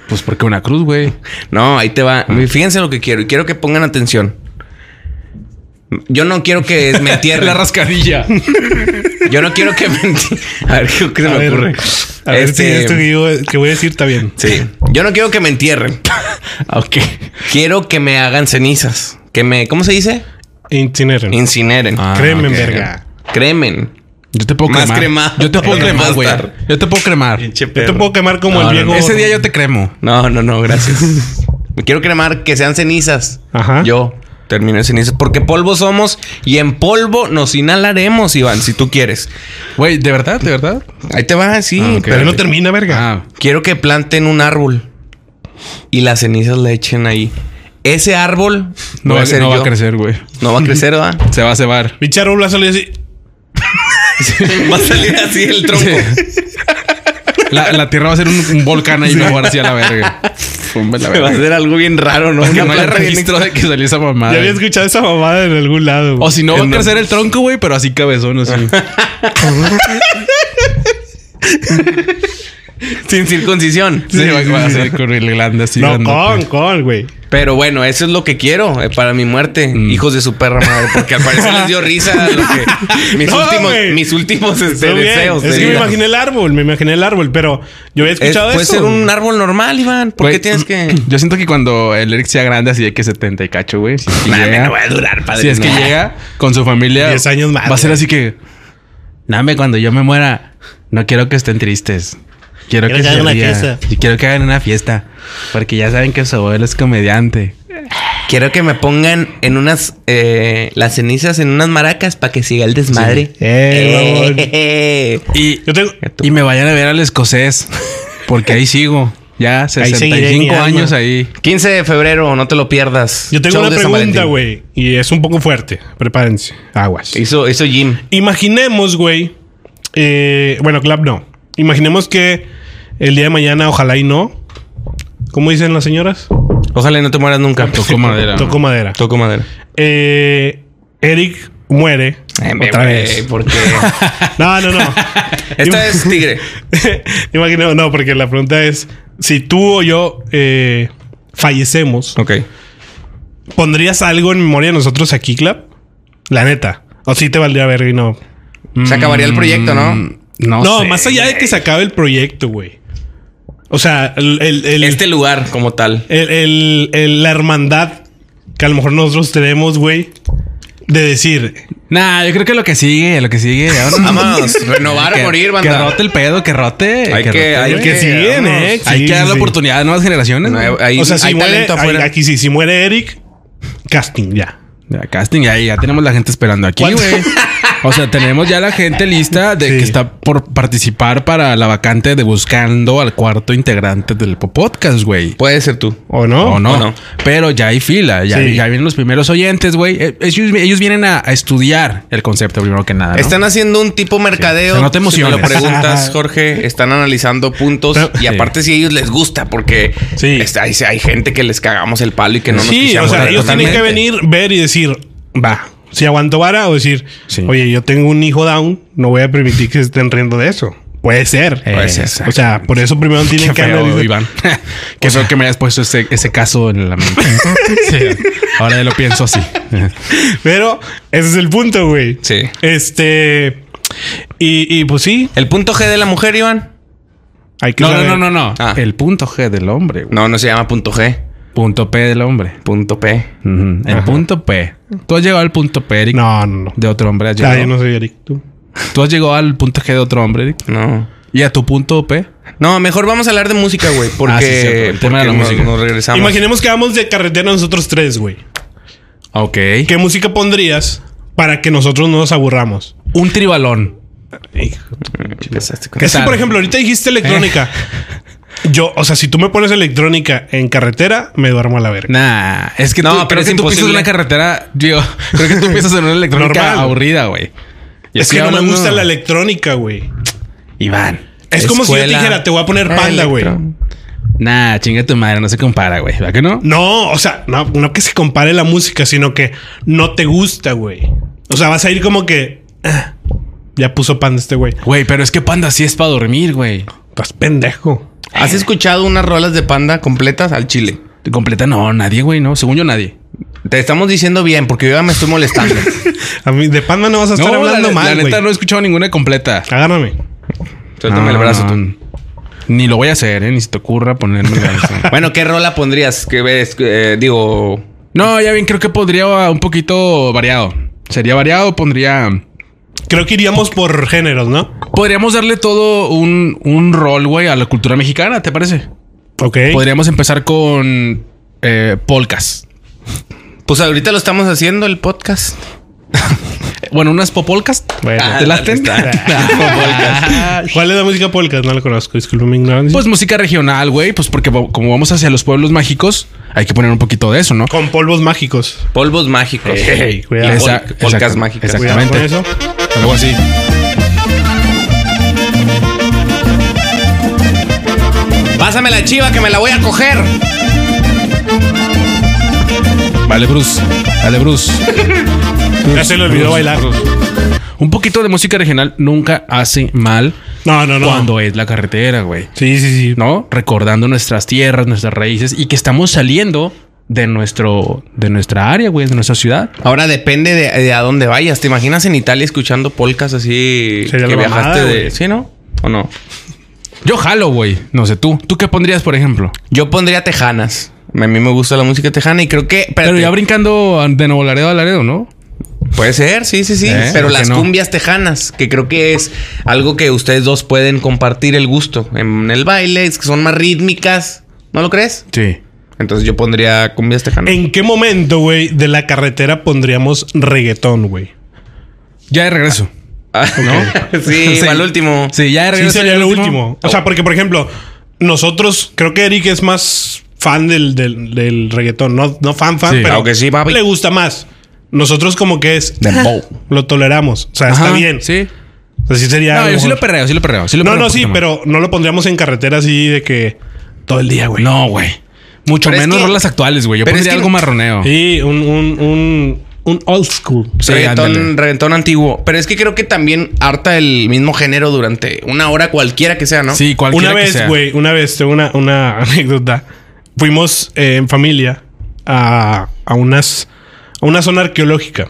Pues porque una cruz, güey.
No, ahí te va.
Ah.
Fíjense lo que quiero y quiero que pongan atención. Yo no quiero que me entierren.
La rascadilla.
Yo no quiero que me enti- A ver, ¿qué qué se
A
me
ver,
ocurre?
A ver si
Este,
esto que, digo- eh, que voy a decir está bien.
Sí. Yo no quiero que me entierren.
ok.
Quiero que me hagan cenizas. Que me... ¿Cómo se dice?
Incineren.
Incineren.
Ah,
Créeme,
ok.
verga.
Cremen.
Yo te puedo
Más
cremar.
cremado.
Yo te puedo
Pero
cremar,
más
güey.
tarde.
Yo te puedo cremar.
Yo te puedo quemar como
No,
el
no,
viejo.
no. Ese día yo te cremo.
No, no, no, gracias. Me quiero cremar que sean cenizas.
Ajá.
Yo termino en cenizas. Porque polvo somos y en polvo nos inhalaremos, Iván, si tú quieres.
Güey, de verdad, de verdad.
Ahí te vas, sí.
Ah, ok.
pero
Pero no termina, verga.
Ah,
quiero que planten un árbol y las cenizas la echen ahí. Ese árbol
no,
voy
va,
ser
no va a
yo.
crecer, güey.
No va a crecer, ¿verdad?
Se va a cebar.
Bicharo Blas salió así.
va a salir así el tronco.
La, la tierra va a ser un, un volcán ahí, no ahora sí a la verga. Fumbe la
Va a
verga.
ser algo bien raro, ¿no?
Para que
Una
no haya
planta bien
registro de que salió esa mamada.
Ya había escuchado esa mamada en algún lado. güey.
O si no, va a
En
crecer el tronco, güey, pero así cabezón, así.
ex- Sin circuncisión.
Sí, va, va a ser con el glande así. pues.
no,
grandote.
con, con, güey.
Pero bueno, eso es lo que quiero eh, para mi muerte,
Mm.
hijos de su perra madre, porque al parecer les dio risa lo que mis
No,
últimos,
güey.
mis últimos este,
Está bien.
deseos.
Es
de
que me
vida.
imaginé el árbol, me imaginé el árbol, pero yo había
Es-
escuchado
puede
eso.
ser
güey.
un árbol normal, Iván. ¿Por
Güey, mm,
qué tienes que...?
Yo siento que cuando el Eric sea grande, así de que 70 y cacho, güey. Si, si
Nah,
llega-
no va a durar, padre.
si es que
no.
llega con su familia.
10 años más,
Va a ser
güey.
así que. Dame, cuando yo me muera, no quiero que estén tristes. Quiero, que,
que
se
hagan una
rían.
fiesta.
Y quiero que hagan una fiesta. Porque ya saben que su abuelo es comediante.
Quiero que me pongan en unas... eh, las cenizas en unas maracas para que siga el desmadre.
Eh, mamón.
Eh.
Y,
Yo tengo.
y me vayan a ver al escocés. Porque ahí sigo. Ya
seguiré mi
65
alma.
años ahí.
15 de febrero, no te lo pierdas.
Yo tengo
Show
una
de San
pregunta,
Valentín.
güey. Y es un poco fuerte. Prepárense. Aguas.
Hizo, hizo Jim.
Imaginemos, güey. eh, bueno, Clap no. Imaginemos que el día de mañana, ojalá y no. ¿Cómo dicen las señoras?
Ojalá y no te mueras nunca.
Tocó madera.
Tocó madera.
Toco madera.
Eh, Eric muere.
Eh,
otra vez.
Porque...
No, no, no.
Esta es tigre.
Imagino, no, porque la pregunta es: si tú o yo eh, fallecemos,
Ok.
¿pondrías algo en memoria de nosotros aquí, Clap? La neta. O si te valdría verga y no.
Se acabaría el proyecto, ¿no?
Mm, No,
No,
sé.
más allá de que se acabe el proyecto, güey. O sea, el, el- el-
Este lugar como tal.
el- el- el- la hermandad que a lo mejor nosotros tenemos, güey, de decir,
Nah, yo creo que lo que sigue, lo que sigue. ahora no-
Vamos, renovar o
que,
morir,
Que
banda.
rote el pedo, que rote.
Hay que,
rote,
hay
güey.
que,
que siguen,
vamos.
¿eh?
Hay
Sí,
que dar
sí,
la
sí.
oportunidad a nuevas generaciones.
No,
güey.
Ahí,
o sea, si
hay
muere,
talento afuera.
hay- aquí sí, si muere Eric, casting, ya.
Ya, casting, ya, ya tenemos la gente esperando aquí,
¿Cuánto?
güey. O sea, tenemos ya la gente lista de
Sí.
que está por participar para la vacante de buscando al cuarto integrante del podcast, güey.
Puede ser tú.
¿O no?
O no.
o no.
Pero ya hay fila, ya,
Sí.
ya vienen los primeros oyentes, güey. Eh, Ellos, ellos vienen a, a estudiar el concepto primero que nada. Ah, ¿no?
Están haciendo un tipo mercadeo.
O sea, no te
Si me
emociones.
lo preguntas, Jorge, están analizando puntos.
Pero-
y aparte, si a ellos les gusta, porque
Sí.
está- hay, hay gente que les cagamos el palo y que no nos
sí, o
quisiéramos
sea,
ver
ellos tienen que
totalmente.
venir, ver y decir, va, si aguanto vara o decir,
Sí.
oye, yo tengo un hijo down, no voy a permitir que se estén riendo de eso. Puede ser.
Puede ser.
O sea, por eso primero tienen
Eh, Qué
que
feo,
analizar.
Iván. Qué feo que me hayas puesto ese, ese caso en la mente. Sí, ahora ya lo pienso así.
Pero ese es el punto, güey.
Sí.
Este. Y, y, pues sí,
¿El punto G de la mujer, Iván?
hay que
No, no,
saber.
no, no, no.
Ah.
El punto G del hombre. güey.
No, no se llama punto G.
Punto P del hombre.
Punto P.
Ujú. El
Ajá.
punto P. Tú has llegado al punto P, Eric,
No, no, no.
de otro hombre. ¿Has
Ah,
llegado?
yo no soy Eric. Tú.
Tú has llegado al punto G de otro hombre, Eric.
No.
Y a tu punto P.
No, mejor vamos a hablar de música, güey. Porque,
Ah, sí, cierto. El tema
porque
de la
nos,
música.
nos regresamos.
Imaginemos que vamos de carretera nosotros tres, güey.
Ok.
¿Qué música pondrías para que nosotros no nos aburramos?
Un tribalón.
Empezaste con-
Es que,
tal?
por ejemplo, ahorita dijiste electrónica.
Eh.
Yo, o sea, si tú me pones electrónica en carretera, me duermo a la verga.
Nah, es que
No,
tú,
pero
creo
es
que tú piensas en
imposible.
una carretera. Digo, creo que tú piensas en una electrónica
Normal.
aburrida, güey. Y
es
estoy
que no me
hablando-
gusta la electrónica, güey.
Iván.
Es como si yo te
Escuela.
dijera, te voy a poner panda, güey.
Nah, chinga tu madre, no se compara, güey. ¿Verdad que no?
No, o sea, no, no que se compare la música, sino que no te gusta, güey. O sea, vas a ir como que. "Ah, ya puso panda este güey.
Güey, pero es que Panda sí es para dormir, güey.
Estás pendejo.
¿Has escuchado unas rolas de panda completas al chile?
Completa, no, nadie, güey, no. Según yo, nadie.
Te estamos diciendo bien, porque yo ya me estoy molestando.
A mí de panda no vas a estar
la-
hablando
la,
mal, güey.
neta no he escuchado ninguna completa.
Agárrame.
Suéltame el
No,
brazo.
no,
tú.
no. Ni lo voy a hacer, ¿eh? Ni se te ocurra ponerme el brazo.
Bueno, ¿qué rola pondrías? ¿Qué ves? Eh, digo,
no, ya bien, creo que podría ah, un poquito variado. Sería variado, pondría.
Creo que iríamos por géneros, ¿no?
Podríamos darle todo un, un rol, güey, a la cultura mexicana, ¿te parece?
Ok.
Podríamos empezar con eh, polcas.
pues ahorita lo estamos haciendo el podcast.
Bueno, unas popolcas.
Bueno.
Ah,
¿Te laten?
está.
¿Cuál es la música polka? No la conozco. Disculpe mi ignorancia.
Ah, Pues música regional, güey, pues porque va- como vamos hacia los pueblos mágicos, hay que poner un poquito de eso, ¿no?
con polvos mágicos.
Polvos mágicos.
Ey, cuidado.
Y pol-
Eh, Esa-
polcas
exacto,
mágicas.
exacto.
Cuidado con eso.
Algo así.
Pásame la chiva que me la voy a coger.
Vale, Bruce. Dale, Bruce.
Ya se le olvidó bailar.
Un poquito de música regional nunca hace mal
No, no, no.
cuando es la carretera, güey.
Sí, sí, sí.
¿No? Recordando nuestras tierras, nuestras raíces y que estamos saliendo de nuestro de nuestra área, güey, de nuestra ciudad.
Ahora depende de, de a dónde vayas. ¿Te imaginas en Italia escuchando polcas así
Sería
que
la
viajaste
mamada,
de.
güey.
¿Sí, no? ¿O no?
Yo jalo, güey. No sé tú. ¿Tú qué pondrías, por ejemplo?
Yo pondría tejanas. A mí me gusta la música tejana y creo que. espérate,
Pero ya brincando de Nuevo Laredo a Laredo, ¿no?
Puede ser, sí, sí, sí.
¿Eh?
Pero
¿Por qué
las
no?
cumbias tejanas, que creo que es algo que ustedes dos pueden compartir el gusto en el baile, es que son más rítmicas. ¿No lo crees?
Sí.
Entonces yo pondría cumbias tejanas.
¿En qué momento, güey, de la carretera pondríamos reggaetón, güey?
Eh, Ya de regreso.
Ah, ¿no? sí,
Sí.
al último.
Sí, ya de
Ah. Sí,
regreso.
sería lo último. O sea, porque, por ejemplo, nosotros, creo que Eric es más fan del, del, del reggaetón. No, no fan, fan,
Sí.
pero
Aunque sí, papi.
le gusta más. Nosotros como que es... Lo toleramos. O sea,
Ajá,
está bien.
Sí.
O sea, sí sería... a
No,
lo
yo sí
mejor-
lo perreo, sí lo perreo. Sí lo
no,
perreo
no,
un
sí,
poquito más.
pero no lo pondríamos en carretera así de que... Todo el día, güey.
No, güey. Mucho
Pero es
menos
que-
rolas actuales, güey. Yo
pero es
pondría
que-
algo marroneo.
Sí, un, un, un, un old school.
Sí, ándale.
Reventón, antiguo. Pero es que creo que también harta el mismo género durante una hora cualquiera que sea, ¿no?
Sí, cualquiera
Una
que
vez,
sea.
güey, una vez, tengo una, una anécdota. Fuimos eh, en familia a, a unas a una zona arqueológica.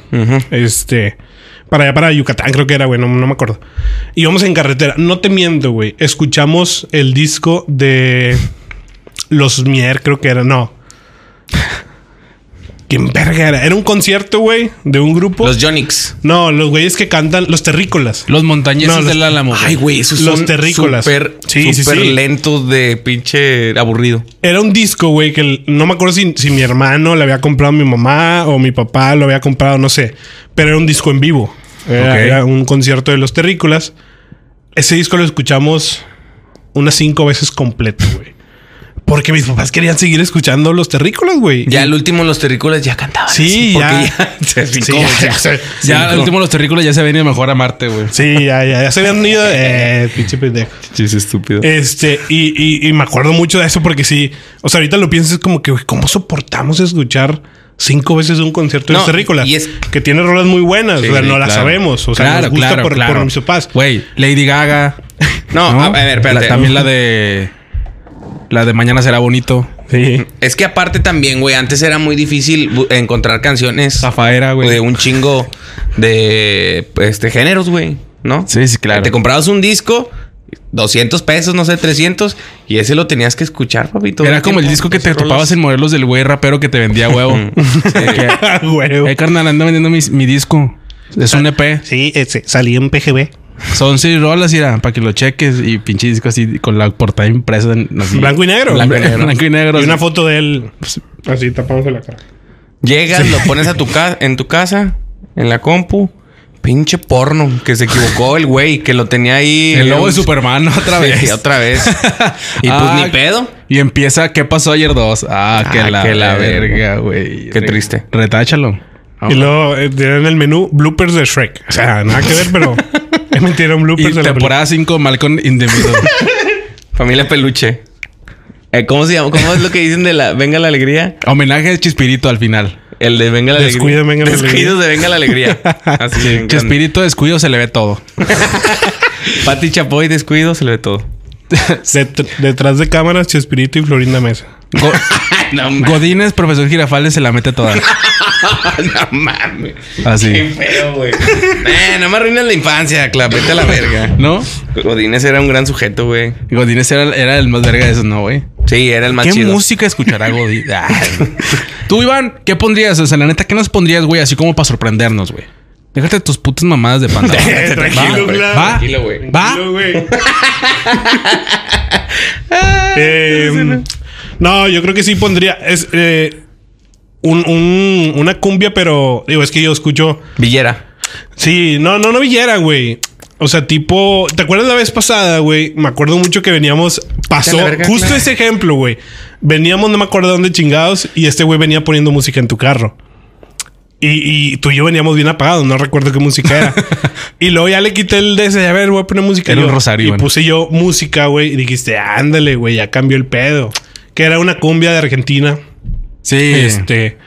Este. Para allá, para Yucatán, creo que era, güey, no, no me acuerdo. Y vamos en carretera. No te miento, güey. Escuchamos el disco de Los Mier, creo que era. No. ¿Quién verga era? Era un concierto, güey, de un grupo.
Los Jonix.
no, los güeyes que cantan, los terrícolas.
Los montañeses
No, los-
del Álamo.
Ay, güey, esos
Los
son
terrícolas.
Súper
Sí, sí,
súper
sí.
lentos de pinche aburrido.
Era un disco, güey, que el- no me acuerdo si, si mi hermano le había comprado a mi mamá o mi papá lo había comprado, no sé. Pero era un disco en vivo. Era,
Ok.
era un concierto de los terrícolas. Ese disco lo escuchamos unas cinco veces completo, güey. Porque mis papás querían seguir escuchando los terrícolas, güey.
Ya el último, los terrícolas ya cantaban.
Sí,
así,
ya.
porque se
Sí,
picó,
ya,
o sea,
ya se-
Ya
sí,
al
no.
último los terrícolas ya se venía mejor a Marte, güey.
Sí, ya, ya, ya se habían ido. Eh, pinche pendejo.
Sí, es estúpido.
Este, y, y- y me acuerdo mucho de eso porque sí, o sea, ahorita lo piensas como que, güey, ¿cómo soportamos escuchar cinco veces un concierto de
No,
los terrícolas?
y es-
Que tiene rolas muy buenas,
Sí,
o sea, no
sí,
las
claro.
sabemos, o sea,
Claro,
nos gusta
claro,
por,
claro.
por mis papás.
Güey, Lady Gaga.
No, a- a ver, espérate.
La- también la de. La de Mañana será bonito.
Sí.
Es que aparte también, güey, antes era muy difícil bu- encontrar canciones
Zafaera,
de
güey.
un chingo de este géneros, güey, ¿no?
Sí, sí, claro.
Te comprabas un disco, 200 pesos, no sé, 300, y ese lo tenías que escuchar, papito.
Era como el disco que te topabas en Morelos del güey rapero que te vendía huevo. Que,
Ah, Güey.
eh, carnal, anda vendiendo mi, mi disco. Es un EP.
Sí, ese, salí en PGB.
Son seis rolas, mira, para que lo cheques. Y pinche disco así con la portada impresa. en- así.
Blanco y negro.
Blanco y negro. Blanco y negro,
Y una
así.
foto de él pues, así tapándose la cara.
Llegas, lo pones a tu ca- en tu casa, en la compu. Pinche porno, que se equivocó el güey, que lo tenía ahí.
El lobo de Superman, ¿no? otra vez.
Sí, otra vez. Y pues
Ah,
ni pedo.
Y empieza, ¿qué pasó ayer dos? Ah, que
Ah,
la,
que la
verga,
verga.
güey.
Qué triste.
Retáchalo.
Y luego eh, tienen en el menú bloopers de Shrek. O sea, nada que ver, pero me metieron
Y
bloopers de la película.
temporada 5, Malcolm in the Middle.
Familia Peluche. Eh, ¿Cómo se llama? ¿Cómo es lo que dicen de la Venga la Alegría?
Homenaje a Chispirito al final.
El de Venga la Alegría.
Descuido, Venga la Alegría.
Descuido de Venga la Alegría. Así me encanta.
Chispirito descuido se le ve todo.
Pati Chapoy, descuido, se le ve todo.
Det- detrás de cámaras, Chespirito y Florinda Mesa.
Go-
no
Godínez, profesor Girafales, se la mete toda.
no mames.
Así.
Qué feo, güey. Eh, no me arruines la infancia, Clap. Vete a la verga.
¿No?
Godínez era un gran sujeto, güey.
Godínez era, era el más verga de esos, ¿no, güey?
Sí, era el más
¿Qué
chido.
música escuchará Godínez? Ay. Tú, Iván, ¿qué pondrías? O sea, la neta, ¿qué nos pondrías, güey? Así como para sorprendernos, güey. Déjate tus putas mamadas de panda.
Eh, Tranquilo,
güey.
Gla.
¿Va?
Tranquilo, güey.
¿Va?
Tranquilo, güey. Eh, no, yo creo que sí pondría. Es eh, un- un- una cumbia, pero digo, es que yo escucho.
Villera.
Sí, no, no, no villera, güey. O sea, tipo, ¿te acuerdas la vez pasada, güey? Me acuerdo mucho que veníamos, pasó
la verga,
justo
claro.
ese ejemplo, güey. Veníamos, no me acuerdo dónde chingados, y este güey venía poniendo música en tu carro. Y, y tú y yo veníamos bien apagados, no recuerdo qué música era. y luego ya le quité el de ese, a ver, voy a poner música.
Era
Y yo-
un rosario,
Y
bueno.
puse yo música, güey, y dijiste, ándale, güey, ya cambió el pedo. Que era una cumbia de Argentina.
Sí.
Este.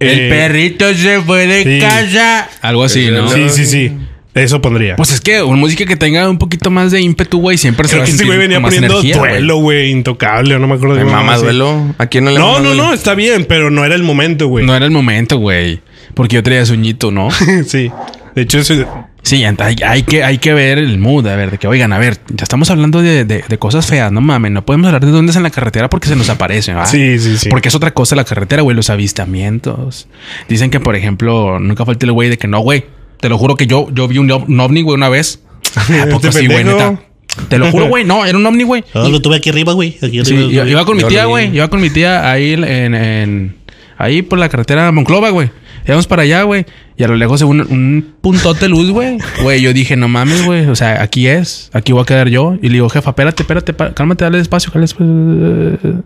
eh,
perrito se fue de
sí.
Algo así, ¿no?
Sí, sí, sí. Eso pondría.
Pues es que una música que tenga un poquito más de ímpetu, güey, siempre se
Creo
va a
que este
sentir
güey venía
con más
poniendo
energía, güey.
duelo, güey, intocable, no me acuerdo
Me
qué
mama
mamá, sí.
duelo. ¿A quién no le
No,
mama
no,
duelo?
no, está bien, pero no era el momento, güey.
No era el momento, güey. Porque yo traía sueñito, ¿no?
sí. De hecho, eso-
Sí, ent- hay, hay que, hay que ver el mood, a ver, de que, oigan, a ver, ya estamos hablando de, de- de cosas feas, no mames, no podemos hablar de dónde es en la carretera porque se nos aparece, ¿verdad?
Sí, sí, sí.
Porque es otra cosa la carretera, güey, los avistamientos. Dicen que, por ejemplo, nunca falta el güey de que no, güey, te lo juro que yo, yo vi un, ov- un ovni, güey, una vez. Ah, ¿A poco
Este
sí, güey,
pendejo.
neta? Te lo juro, güey, no, era un ovni, güey.
Ah, lo tuve aquí arriba, güey. Aquí
Sí,
arriba.
iba,
güey.
iba con mi
Yo
tía,
lo vi.
güey. Iba con mi tía ahí en, en- ahí por la carretera Monclova, güey. Íbamos para allá, güey. Y a lo lejos un, un puntote de luz, güey. Güey, yo dije, no mames, güey. O sea, aquí es. Aquí voy a quedar yo. Y le digo, jefa, espérate, espérate. pa- Cálmate, dale despacio. Dale despacio.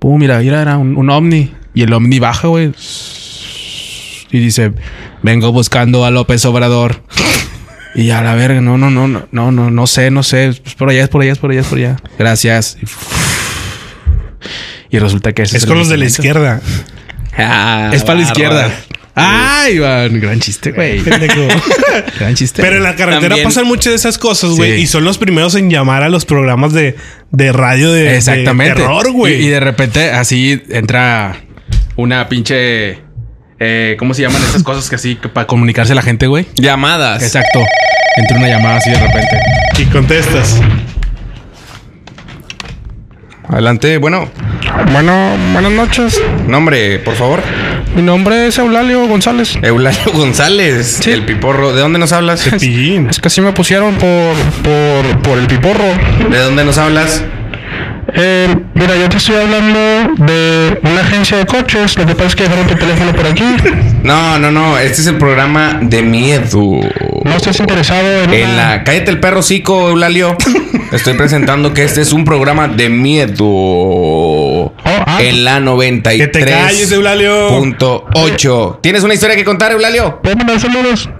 Pum, mira, mira, era un, un ovni. Y el ovni baja, güey. Y dice, vengo buscando a López Obrador. Y a la verga, no, no, no, no, no, no, no sé, no sé. Es Por allá, es por allá, es por allá, es por allá. Gracias. Y resulta que ese
es con
el
los de la
instrumento.
izquierda.
Ah,
Es para la
bárbaro.
izquierda. Ay, Iván, gran chiste, güey. gran chiste.
Pero en la carretera
También.
pasan muchas de esas cosas, güey.
Este, Sí.
Y son los primeros en llamar a los programas de, de radio de, de
Exactamente.
terror, güey.
Y, y de repente así entra una pinche. eh, ¿Cómo se llaman esas cosas que así que para comunicarse la gente, güey?
Llamadas.
Exacto. Entra una llamada así de repente.
Y contestas.
Adelante, bueno.
Bueno, buenas noches.
Nombre, por favor.
Mi nombre es Eulalio González.
Eulalio González,
Sí.
el piporro. ¿De dónde nos hablas?
Cepillín.
Es que así me pusieron por, por, por el piporro.
¿De dónde nos hablas?
Eh, mira, yo te estoy hablando de una agencia de coches. Lo que pasa es que dejaron tu teléfono por aquí.
No, no, no. Este es el programa de miedo.
No estás interesado en,
En
una-
la... Cállate el perro, cico, Eulalio. Estoy presentando que este es un programa de miedo.
ah.
en la
Que te
93.8.
calles, Eulalio.
¿Tienes una historia que contar, Eulalio?
¿Puedo mandar saludos?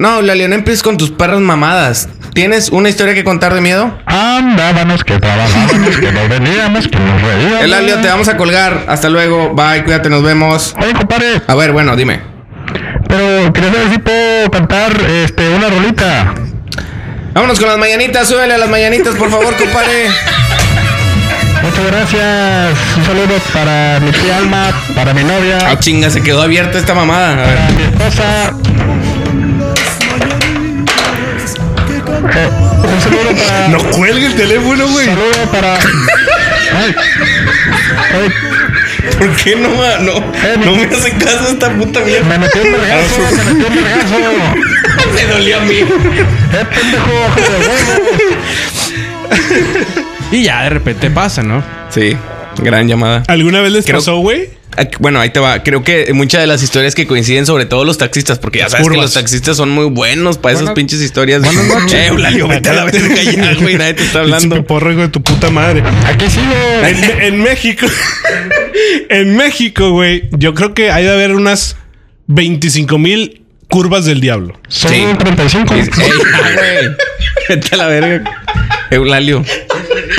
No, Eulalio, no empieces con tus perras mamadas. ¿Tienes una historia que contar de miedo?
Andábamos que trabajábamos, que no veníamos, que nos reíamos.
Eulalio, te vamos a colgar. Hasta luego. Bye, cuídate, nos vemos.
Oye, compadre,
A ver, bueno, dime.
pero quería saber si puedo cantar este, una rolita.
Vámonos con las mañanitas. Súbele a las mañanitas, por favor, compadre.
Muchas gracias. Un saludo para mi tía Alma, para mi novia,
Ah, chinga, se quedó abierta esta mamada. A ver.
para mi esposa. Eh, un saludo para.
No cuelgue el teléfono, güey.
Saludo para. Ay. Ay,
¿Por qué no, ma- no,
Eh,
no me hace caso esta puta mierda?
me metí un vergazo, me metí un vergazo.
Me dolió a mí.
Eh, pendejo, ojo de huevo.
Y ya de repente pasa, ¿no?
Sí, gran llamada.
¿Alguna vez les
Creo-
pasó, güey?
Ah, Bueno, ahí te va. Creo que muchas de las historias que coinciden, sobre todo los taxistas, porque ya sabes que
Curvas.
los taxistas son muy buenos para esas pinches historias. Buenas noches. Eh, Eulalio, vete a la verga ya, güey. Nadie te está
Pinche
hablando.
porro, hijo de tu puta madre.
Aquí sigo.
En, en México. en México, güey. Yo creo que hay de haber unas 25 mil curvas del diablo.
Son
Sí.
35.
Ey, ya, güey. Vete a la verga. Eulalio.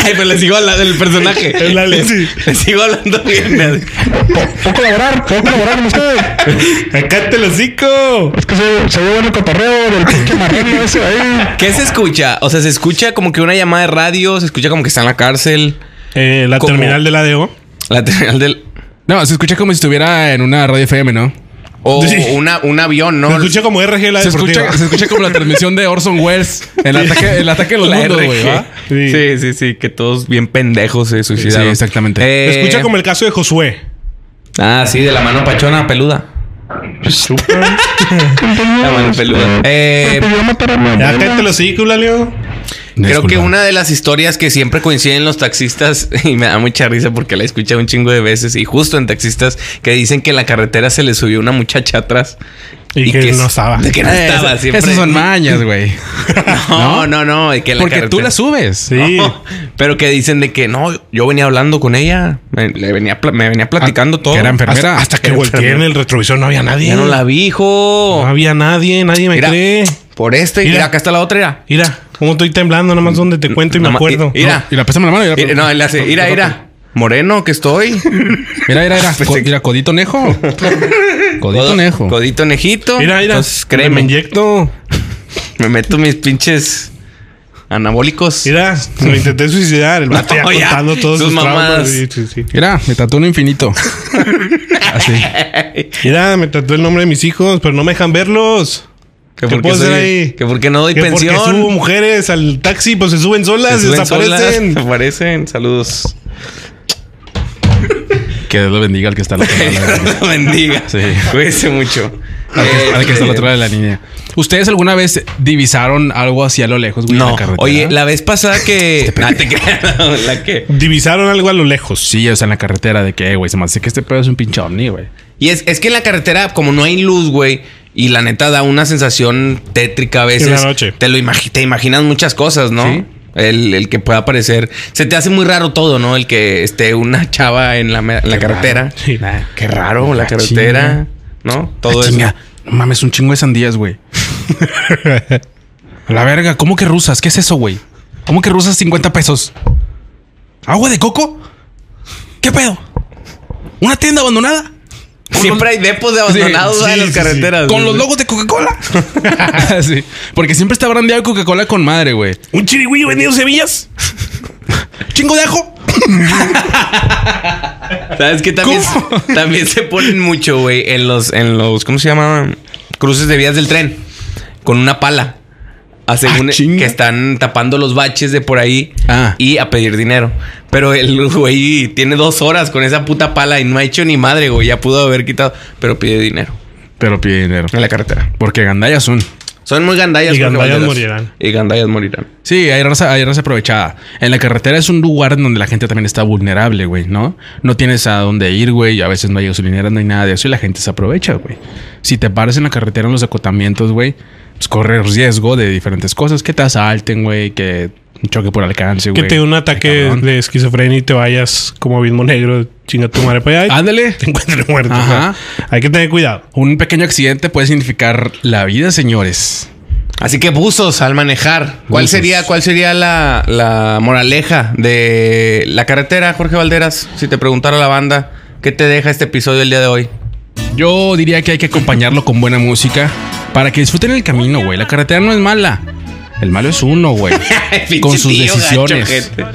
Ay, pero le sigo hablando del personaje.
Eulalio, sí.
Le sigo hablando bien.
¿Puedo colaborar? ¿Puedo colaborar con ustedes?
¡Acá te lo cico!
Es que se, se lleva el cotorreo del pinche marrano ese ahí.
¿Qué se escucha? O sea, se escucha como que una llamada de radio, se escucha como que está en la cárcel.
Eh, la
¿Cómo?
terminal de la DO.
La terminal del.
No, se escucha como si estuviera en una radio FM, ¿no?
O
Sí.
una, un avión, ¿no?
Se escucha como RG la
Se
deportiva.
escucha, se escucha como la transmisión de Orson Welles. El ataque, el ataque de los
La
mundos,
RG.
güey. ¿va?
Sí. sí, sí, que todos bien pendejos se suicidaron.
Sí, exactamente.
Eh,
Se escucha como el caso de Josué.
Ah, sí, de la mano pachona peluda. La mano peluda. Eh,
Pidió matar a mi
Ya
abuela.
cállate los hocico, Eulalio.
Creo
Disculpa.
que una de las historias que siempre coinciden los taxistas, y me da mucha risa porque la he escuchado un chingo de veces, y justo en taxistas que dicen que en la carretera se le subió una muchacha atrás.
Y que no
es-
estaba.
de que no
Eh,
estaba
esas-
siempre.
Esas son mañas, güey.
No, no, no. de que la
Porque tú
carretera- Oh.
las subes.
Sí.
No, pero que dicen de que no, yo venía hablando con ella, me, le venía, pla- me venía platicando
Ah,
todo.
que era enferma.
Hasta,
Enfermera.
hasta que
Era
volteé en
enfermera.
el retrovisor no había nadie.
Ya no la vi, hijo.
No había nadie, nadie me
Mira,
cree.
Por este, y
Mira.
acá está la otra, era.
Mira, cómo estoy temblando, nomás donde te cuento y me
Nada más-
acuerdo.
y- Mira.
Y la pesamos la mano. y la-
Mira, no, él hace, mira, mira. Moreno que estoy.
Mira, mira, mira.
Pues
Co-
sí.
mira, codito nejo. Codito
Codo-
nejo.
Codito nejito.
Mira, mira.
Entonces,
Me
créeme, me,
inyecto.
meto mis pinches anabólicos.
Mira, me intenté suicidar. El vato ya
No, Oh, ya.
contando todos
Sus
sus,
mamadas.
traumas. Sí, sí, sí.
Mira, me tatuó un infinito. Así.
Mira, me trató el nombre de mis hijos, pero no me dejan verlos.
que
¿Qué
porque
puedo hacer
soy-
ahí?
que porque no doy
Que porque
pensión.
subo mujeres al taxi, pues se suben
Se
solas,
suben
desaparecen.
solas, Desaparecen. Saludos.
Que Dios lo bendiga al que está al otro lado. de la línea.
Dios lo bendiga.
Sí.
Cuídense mucho.
Al que- Al que está al
Eh,
otro lado de la línea. ¿Ustedes alguna vez divisaron algo así a lo lejos, güey? en
No,
la carretera? Este
oye, la vez pasada que. Ah, te creas, no, la que.
Divisaron algo a lo lejos.
Pues Sí, o sea, en la carretera de que, güey, se me hace que este pedo es un pinche ovni, güey.
Y es, es que en la carretera, como no hay luz, güey, y la neta da una sensación tétrica a veces.
En la noche.
Te lo imagi- te imaginas muchas cosas, ¿no?
Sí.
El, el que pueda aparecer. Se te hace muy raro todo, ¿no? El que esté una chava en la, me- en la carretera.
Sí.
Nah,
Qué raro, la
Ah,
carretera.
chinga. Ah,
¿No?
Todo
Todo eso.
No mames, un chingo de sandías, güey. A la verga, ¿cómo que rusas? ¿Qué es eso, güey? ¿Cómo que rusas 50 pesos? ¿Agua de coco? ¿Qué pedo? ¿Una tienda abandonada? ¿Con
Siempre hay depos de abandonados
Sí,
¿verdad? en
sí,
las
sí,
carreteras.
los- ¿Con los logos de Coca-Cola? sí, porque siempre está brandeado Coca-Cola con madre, güey.
¿Un chirigüillo vendido en Sevillas?
¿Chingo de ajo?
¿Sabes que también,
¿Cómo?
también se ponen mucho, güey, en los, en los, ¿cómo se llama? Cruces de vías del tren. Con una pala. A según e,
chinga.
que están tapando los baches de por ahí
Ah.
y a pedir dinero. Pero el güey tiene dos horas con esa puta pala y no ha hecho ni madre, güey. Ya pudo haber quitado, pero pide dinero
Pero pide dinero.
en la carretera.
Porque gandallas son.
Son muy gandallas.
Y
Jorge
gandallas
Valderas.
morirán.
Y gandallas morirán.
Sí, hay raza, hay raza aprovechada. En la carretera es un lugar en donde la gente también está vulnerable, güey, ¿no? No tienes a dónde ir, güey. A veces no hay gasolineras, no hay nada de eso y la gente se aprovecha, güey. Si te paras en la carretera en los acotamientos, güey, pues corres riesgo de diferentes cosas. Que te asalten, güey, que un choque por alcance,
Que
güey.
te dé un ataque
cabrón.
de esquizofrenia y te vayas como Vilmo Negro, chinga tu madre para allá. y
Ándale.
Te encuentres muerto.
Ajá.
o sea, Hay que tener cuidado.
Un pequeño accidente puede significar la vida, señores.
Así que buzos al manejar. ¿Cuál
Buzos.
sería, cuál sería la, la moraleja de la carretera, Jorge Valderas? Si te preguntara la banda, ¿qué te deja este episodio el día de hoy?
Yo diría que hay que acompañarlo con buena música para que disfruten el camino, güey. La carretera no es mala. El malo es uno, güey. con sus
Pinche tío, gacho,
decisiones.
gente.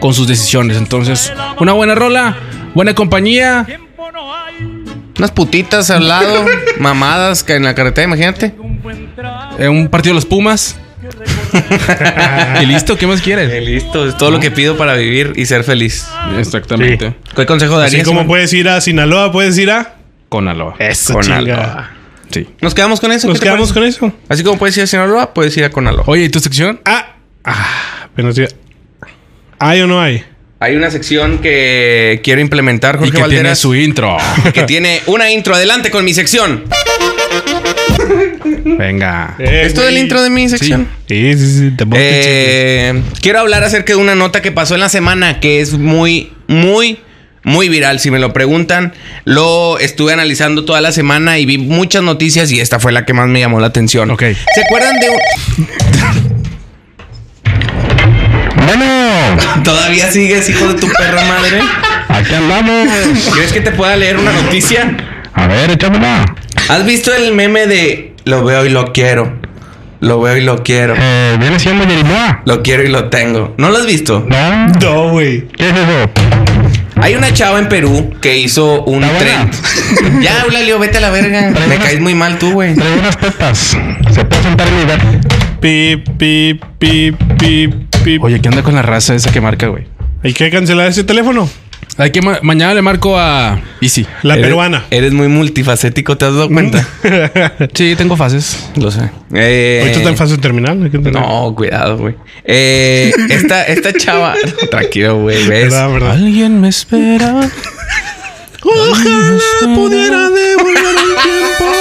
Con sus decisiones. Entonces, una buena rola, buena compañía.
Unas putitas al lado, mamadas que en la carretera, imagínate.
eh, un partido de los Pumas. y listo, ¿qué más quieres?
listo, es todo lo que pido para vivir y ser feliz.
Exactamente.
¿Qué consejo
Así
darías?
como
man?
puedes ir a Sinaloa, puedes ir a...
Con Aloha.
Eso,
Con
chinga.
Aloha.
Sí.
Nos quedamos con eso.
Nos
¿qué te
pues, quedamos
parece?
con eso.
Así como puedes ir a Sinaloa, puedes ir a Conaloa.
Oye, ¿y tu sección?
Ah, ah, pero sí. ¿Hay o no hay?
Hay una sección que quiero implementar, Jorge
y que tiene
Valderas.
su intro.
que tiene una intro. Adelante con mi sección.
Venga.
Eh.
¿Esto es el intro de mi sección?
Sí, sí, sí. Tampoco te chingues.
Eh, quiero hablar acerca de una nota que pasó en la semana que es muy, muy, muy viral. Si me lo preguntan, lo estuve analizando toda la semana y vi muchas noticias y esta fue la que más me llamó la atención.
Ok.
¿Se acuerdan de un-
Bueno,
¿Todavía sigues, hijo de tu perra madre?
aquí andamos.
¿Crees que te pueda leer una noticia?
A ver, échamela.
¿Has visto el meme de lo veo y lo quiero? Lo veo y lo quiero.
Eh, viene siendo Jerimoa.
Lo quiero y lo tengo. ¿No lo has visto?
No.
No, güey.
¿Qué es eso?
Hay una chava en Perú que hizo un
Está
tren.
buena.
ya, Eulalio, vete a la verga. Me caes muy mal tú, güey.
Trae unas tetas. Se puede sentar en mi lugar.
Pip, pip, pip, pip, pip.
Oye, ¿qué onda con la raza esa que marca, güey?
Hay que cancelar ese teléfono.
Hay que ma- mañana le marco a Easy.
La
Eres-
peruana.
Eres muy multifacético, ¿te has
Mm.
dado cuenta?
Sí, tengo fases.
Lo sé. Eh,
Ahorita está en fase terminal. hay que entender.
No, cuidado, güey. Eh, esta, esta chava. No, tranquilo, güey. ¿ves?
¿Verdad, verdad? Ah,
Alguien me espera.
Ojalá pudiera devolver el tiempo.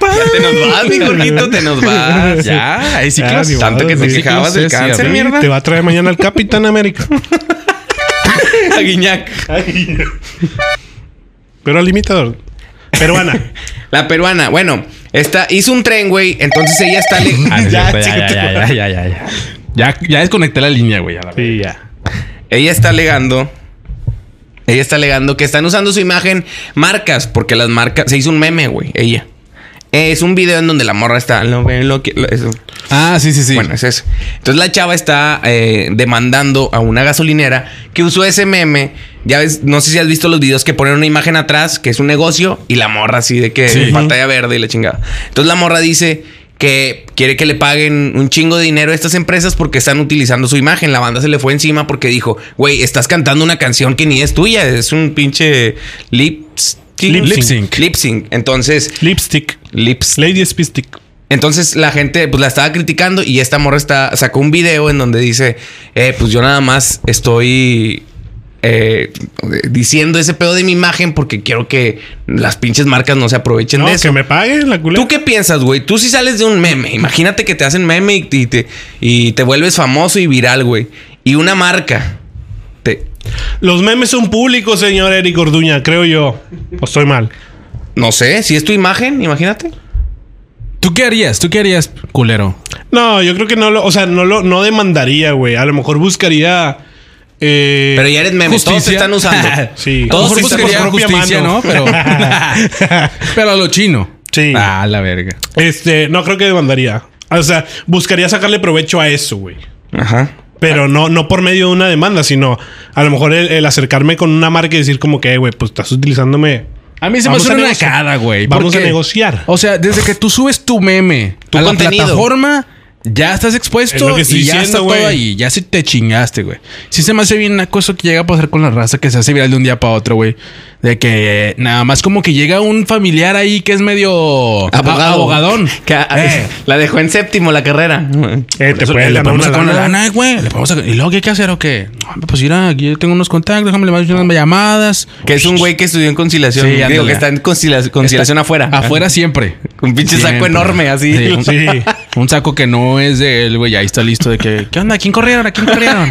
Ya te nos vas, mi Jorgito, te nos vas.
Ya, hay
Ya,
ciclos.
ni
Tanto que te
Sí,
quejabas del
sí, sí,
cáncer,
sí.
mierda.
Te va a traer mañana el Capitán América.
A Guiñac.
Pero al limitador. Peruana.
La peruana, bueno, esta hizo un tren, güey. Entonces ella está. le-
Ah, no es
Ya,
cierto, ya,
chiquito.
ya, ya, ya, ya, ya. Ya- ya desconecté la línea, güey. a la
Sí, ya.
Ella está alegando. Ella está alegando que están usando su imagen marcas, porque las marcas. Se hizo un meme, güey, ella. Eh, Es un video en donde la morra está. Lo, que- lo que- lo- eso.
verga. Ah, sí, sí, sí.
Bueno, es eso. Entonces la chava está eh, demandando a una gasolinera que usó ese meme. Ya ves, no sé si has visto los videos que ponen una imagen atrás, que es un negocio, y la morra así de que
Sí.
pantalla verde y la chingada. Entonces la morra dice que quiere que le paguen un chingo de dinero a estas empresas porque están utilizando su imagen. La banda se le fue encima porque dijo, güey, estás cantando una canción que ni es tuya, es un pinche lip
Lip
lip
sync.
Lip sync. Entonces,
Lipstick.
lips
Lady Spistic.
entonces la gente pues la estaba criticando y esta morra está, sacó un video en donde dice, eh, pues yo nada más estoy eh, diciendo ese pedo de mi imagen porque quiero que las pinches marcas no se aprovechen
No,
de eso.
que me paguen la culera.
¿Tú qué piensas, güey? Tú si sales de un meme, imagínate que te hacen meme y, y te, y te vuelves famoso y viral, güey. Y una marca. Te,
Los memes son públicos, señor Eric Orduña, creo yo. O estoy mal.
no sé, si es tu imagen, imagínate.
¿Tú qué harías? ¿Tú qué harías, culero?
No, yo creo que no lo, o sea, no lo, no demandaría, güey. A lo mejor buscaría. eh,
Pero ya eres meme, todos te
Justicia.
están usando.
Sí.
Todos
Todos
se están
buscaría
buscarían
usando.
por propia
justicia,
mano.
¿no? Pero, pero a lo chino.
Sí.
Ah, la verga.
Este, no creo que demandaría. O sea, buscaría sacarle provecho a eso, güey.
Ajá.
Pero
Ah.
no, no por medio de una demanda, sino a lo mejor el, el acercarme con una marca y decir como que, "Eh, güey, pues estás utilizándome.
A mí se
Vamos
me
a
hace una
negociar.
cara, güey.
Vamos a
porque-
negociar.
O sea, desde que tú subes tu meme
Tu
a la
contenido.
plataforma, ya estás
Es lo
expuesto
que
y
estoy
ya
diciendo,
está
güey.
todo ahí. Ya se te chingaste, güey. Sí se me hace bien una cosa que llega a pasar con la raza que se hace viral de un día para otro, güey. De que eh, nada más como que llega un familiar ahí que es medio a- abogadón.
Que, ah,
Eh,
La dejó en séptimo la carrera.
Eh, te puedes
le
ganar
podemos
una
sacar una
lana.
lana, güey. Le podemos sacar- ¿Y luego qué hay que hacer o qué? No, pues mira, aquí yo tengo unos contactos, déjame le mando unas llamadas.
Que es un güey que estudió en conciliación.
Sí,
Digo,
ándale.
que está en conciliación, conciliación afuera.
Afuera siempre.
Un pinche saco
Siempre.
enorme, así.
Sí, un,
Sí.
un saco que no es de él, güey. Ahí está listo de que, ¿qué onda? ¿A quién corrieron? ¿A quién corrieron?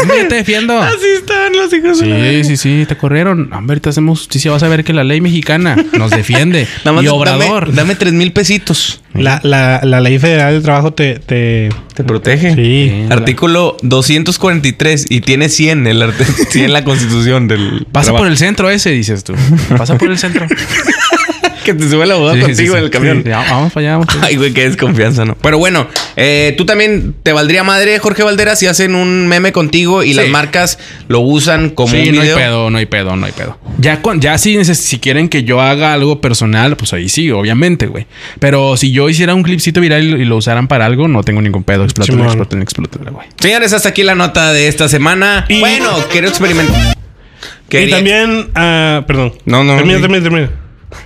Hombre, yo te defiendo.
están los hijos
Sí, sí, sí, te corrieron. Hombre, ahorita hacemos justicia. Vas a ver que la ley mexicana nos defiende.
Nada más
y
dame-
obrador.
Dame, tres mil pesitos.
La, la, la ley federal de trabajo te. te
Te protege.
sí.
Artículo 243 y tiene 100 el art- 100 la constitución del
Pasa por el centro ese, dices tú. Pasa por el centro.
que te sube el abogado
Sí, sí,
contigo
sí.
en el camión.
Sí, vamos para allá. Vamos para allá.
Ay, güey, qué desconfianza, ¿no? Pero bueno, eh, tú también te valdría madre, Jorge Valdera, si hacen un meme contigo y las
Sí.
marcas lo usan como
sí,
un
no hay
video.
pedo, no hay pedo, no hay pedo. Ya, con, ya si, neces- si quieren que yo haga algo personal, pues ahí sí, obviamente, güey. Pero si yo hiciera un clipcito viral y lo, y lo usaran para algo, no tengo ningún pedo. Explótalo,
Simón.
explótalo, explótalo, güey.
Señores, hasta aquí la nota de esta semana.
Y-
bueno, quiero experimentar.
Y también. ah, perdón.
No, no,
Termina,
sí.
termina, termina.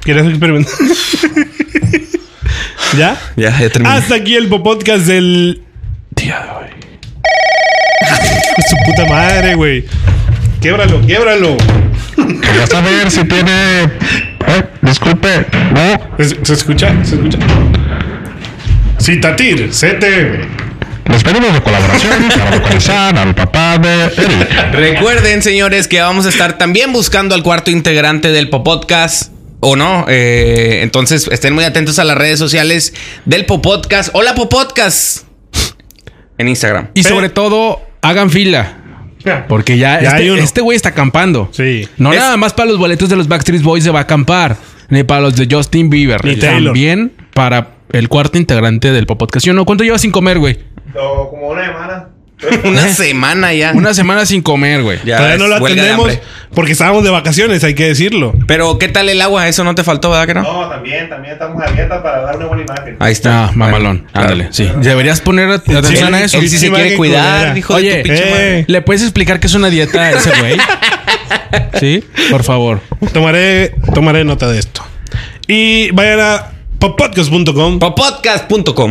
¿Quieres experimentar? ¿Ya?
Ya, ya terminé.
Hasta aquí el podcast del. Su puta madre, güey. Quiebralo, quiebralo.
Vas a ver si tiene. Eh, disculpe, no.
¿Se, se escucha? ¿Se escucha? Citatir, CTV.
Les pedimos de colaboración para localizar al papá de Eric.
Recuerden, señores, que vamos a estar también buscando al cuarto integrante del Popodcast. O no, Eh, entonces estén muy atentos a las redes sociales del Popodcast. Hola Popodcast en Instagram.
Y
Pe-
sobre todo, hagan fila. Porque ya,
Ya hay
este,
uno.
este güey está acampando.
Sí.
No
Es-
nada más para los boletos de los Backstreet Boys se va a acampar. Ni para los de Justin Bieber.
Ni Taylor.
También para el cuarto integrante del Popodcast. ¿Sí o no? ¿Cuánto llevas sin comer, güey?
Lo- como una semana.
Una semana ya.
Una semana sin comer, güey.
Ya
Eh. Todavía
ves,
no lo
huelga de
atendemos
hambre.
porque estábamos de vacaciones, hay que decirlo.
Pero, ¿qué tal el agua? Eso no te faltó, ¿verdad que no?
No, también, también estamos a dieta para dar una buena imagen.
Ahí está.
Ah, mamalón.
Claro.
Ándale, sí. Deberías poner at- atención a
él-
eso.
Él sí se
Encima
quiere
que
cuidar,
culera.
hijo de
Oye,
tu pinche madre.
eh,
¿Le puedes explicar qué es una dieta a ese güey? Sí, por favor.
tomaré, tomaré nota de esto. Y vayan a poppodcast.com
Popodcast.com.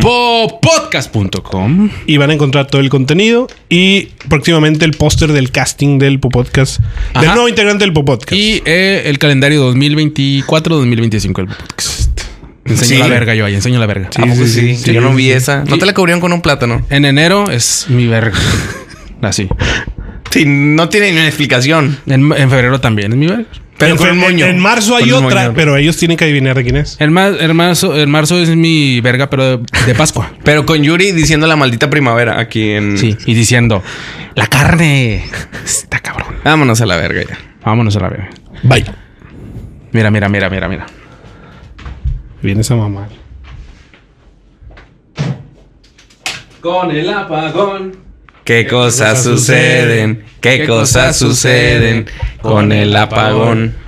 Popodcast.com.
y van a encontrar todo el contenido y próximamente el póster del casting del Popodcast. Del
Ajá.
nuevo integrante del Popodcast.
Y eh, el calendario 2024-2025 del podcast. Enseño
Sí.
la verga yo ahí, enseño la verga.
¿A poco Ah, pues sí,
sí, sí,
Yo no
sí,
vi
sí.
esa. ¿No te la cubrieron con un plátano?
En enero es mi verga. Así.
Sí, no tiene ni una explicación.
En, en febrero también es mi verga.
Pero
en,
con
fe-
un moño.
en marzo hay
Con un
otra,
moño.
pero ellos tienen que adivinar de quién es.
En, ma- en marzo, en marzo es mi verga, pero de, de Pascua.
Pero con Yuri diciendo la maldita primavera aquí en.
Sí. Y diciendo, la carne está cabrón.
Vámonos a la verga ya.
Vámonos a la verga.
Bye.
Mira, mira, mira, mira, mira.
Vienes a mamar.
Con el apagón.
Qué cosas suceden, qué cosas suceden con el apagón.